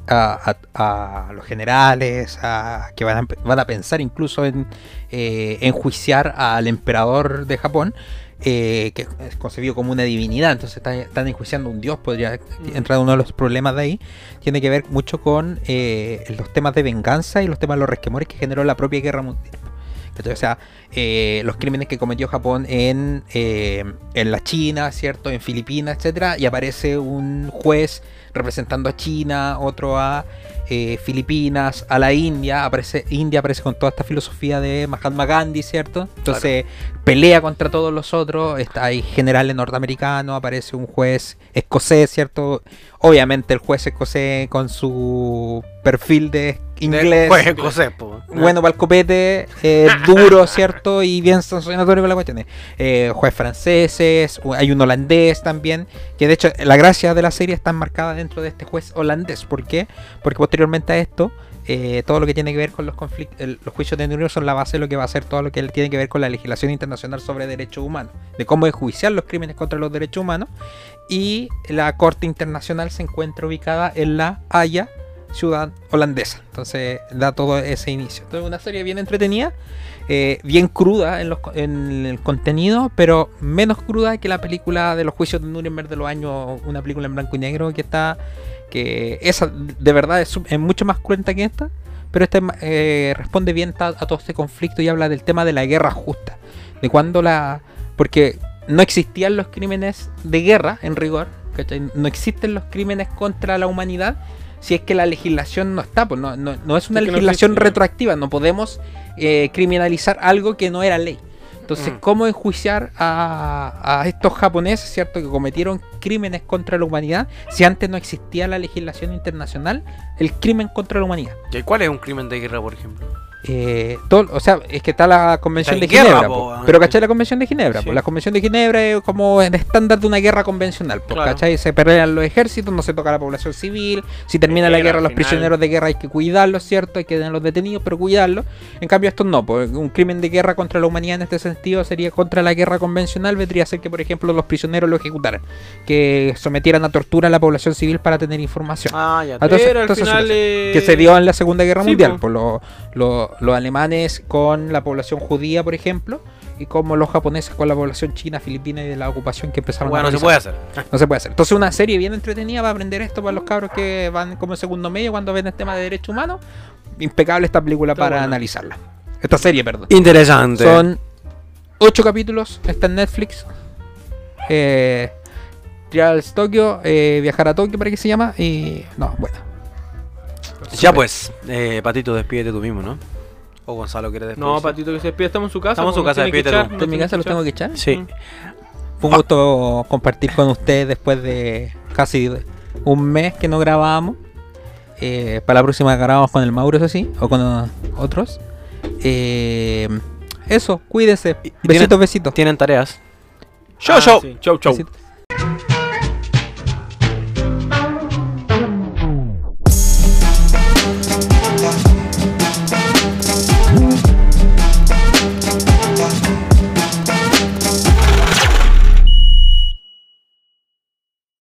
Speaker 5: a, a- a los generales, a, que van a, van a pensar incluso en eh, enjuiciar al emperador de Japón, eh, que es concebido como una divinidad, entonces están, están enjuiciando a un dios, podría entrar uno de los problemas de ahí, tiene que ver mucho con eh, los temas de venganza y los temas de los resquemores que generó la propia guerra mundial. ¿Cachai? O sea, eh, los crímenes que cometió Japón en, eh, en la China, ¿cierto? En Filipinas, etcétera, y aparece un juez representando a China, otro a eh, Filipinas, a la India, aparece, India aparece con toda esta filosofía de Mahatma Gandhi, ¿cierto? Entonces pelea contra todos los otros, está, hay generales norteamericanos, aparece un juez escocés, ¿cierto? Obviamente el juez escocés con su perfil de inglés
Speaker 3: Pues José, po.
Speaker 5: bueno para el copete, eh, duro, ¿cierto? Y bien sancionatorio con la cuestión. Eh, juez franceses, u- hay un holandés también, que de hecho la gracia de la serie está enmarcada dentro de este juez holandés. ¿Por qué? Porque posteriormente a esto, eh, todo lo que tiene que ver con los conflictos, el- los juicios de Nuremberg son la base de lo que va a ser todo lo que tiene que ver con la legislación internacional sobre derechos humanos, de cómo enjuiciar los crímenes contra los derechos humanos. Y la Corte Internacional se encuentra ubicada en La Haya, ciudad holandesa. Entonces da todo ese inicio. Entonces una serie bien entretenida, eh, bien cruda en, los co- en el contenido, pero menos cruda que la película de los juicios de Nuremberg de los años, una película en blanco y negro que está, que esa de verdad es, su- es mucho más cruenta que esta, pero esta es ma- eh, responde bien ta- a todo este conflicto y habla del tema de la guerra justa, de cuando la, porque no existían los crímenes de guerra en rigor. ¿cachai? No existen los crímenes contra la humanidad si es que la legislación no está, pues no, no- no es una
Speaker 4: Es que no
Speaker 5: legislación
Speaker 4: existe.
Speaker 5: retroactiva, no podemos eh, criminalizar algo que no era ley. Entonces,
Speaker 4: Mm.
Speaker 5: ¿cómo enjuiciar a, a estos japoneses, cierto, que cometieron crímenes contra la humanidad si antes no existía la legislación internacional, el crimen contra la humanidad?
Speaker 3: ¿Y cuál es un crimen de guerra, por ejemplo?
Speaker 5: Eh, todo, o sea, es que está la Convención
Speaker 3: Está
Speaker 5: de
Speaker 3: en guerra,
Speaker 5: Ginebra.
Speaker 3: po,
Speaker 5: po.
Speaker 3: weón.
Speaker 5: Pero ¿cachai la Convención de Ginebra?
Speaker 3: Sí.
Speaker 5: Pues la Convención de Ginebra es como el estándar de una guerra convencional. Pues,
Speaker 3: Claro.
Speaker 5: ¿cachai? Se pelean los ejércitos, no se toca a la población civil. Si termina
Speaker 4: Es
Speaker 5: la
Speaker 4: que
Speaker 5: guerra,
Speaker 4: al
Speaker 5: los
Speaker 4: final-
Speaker 5: prisioneros de guerra hay que cuidarlos, ¿cierto? Hay que tenerlos detenidos, pero cuidarlos. En cambio, estos no. Pues, un crimen de guerra contra la humanidad en este sentido sería contra la guerra convencional. Vendría a ser que, por ejemplo, los prisioneros lo ejecutaran. Que sometieran a tortura a la población civil para tener información
Speaker 3: Ah, ya.
Speaker 5: Ah, Entonces-
Speaker 4: Pero al
Speaker 5: entonces,
Speaker 4: final, eh,
Speaker 5: que se dio en la Segunda Guerra
Speaker 4: Sí,
Speaker 5: Mundial,
Speaker 4: po.
Speaker 5: por lo- lo- los alemanes con la población judía, por ejemplo, y como los japoneses con la población china, filipina y de la ocupación que empezaron
Speaker 3: Bueno,
Speaker 5: a
Speaker 3: no se
Speaker 5: realizar.
Speaker 3: puede hacer.
Speaker 5: No se puede hacer. Entonces una serie bien entretenida para aprender esto para los cabros que van como en segundo medio cuando ven el tema de derechos humanos. Impecable esta película
Speaker 4: Está
Speaker 5: para
Speaker 4: buena.
Speaker 5: analizarla. Esta serie, perdón.
Speaker 3: Interesante.
Speaker 5: Son ocho capítulos, está en Netflix. Eh, Trials Tokio, eh, Viajar a Tokio, para que se llama. Y no, bueno.
Speaker 3: Ya pues, eh, Patito, despídete tú mismo, ¿no? O Gonzalo, ¿quieres despedirse?
Speaker 4: No, Patito, que se despida. Estamos en su casa.
Speaker 3: Estamos en
Speaker 4: pues,
Speaker 3: su casa,
Speaker 4: nos tiene que
Speaker 3: despídete
Speaker 4: echar,
Speaker 3: tú.
Speaker 4: nos
Speaker 5: ¿En mi
Speaker 4: tiene
Speaker 5: casa los
Speaker 4: echar.
Speaker 5: tengo que echar?
Speaker 3: Sí.
Speaker 4: Mm.
Speaker 5: Fue un gusto compartir con ustedes después de casi un mes que no grabábamos. Eh, para la próxima grabamos con el Mauro, eso sí, o con uh, otros. Eh, eso, cuídense.
Speaker 3: Y- y
Speaker 5: Besitos, besitos.
Speaker 3: ¿Tienen tareas?
Speaker 4: Ah, sí. Chau, chau.
Speaker 5: Besitos.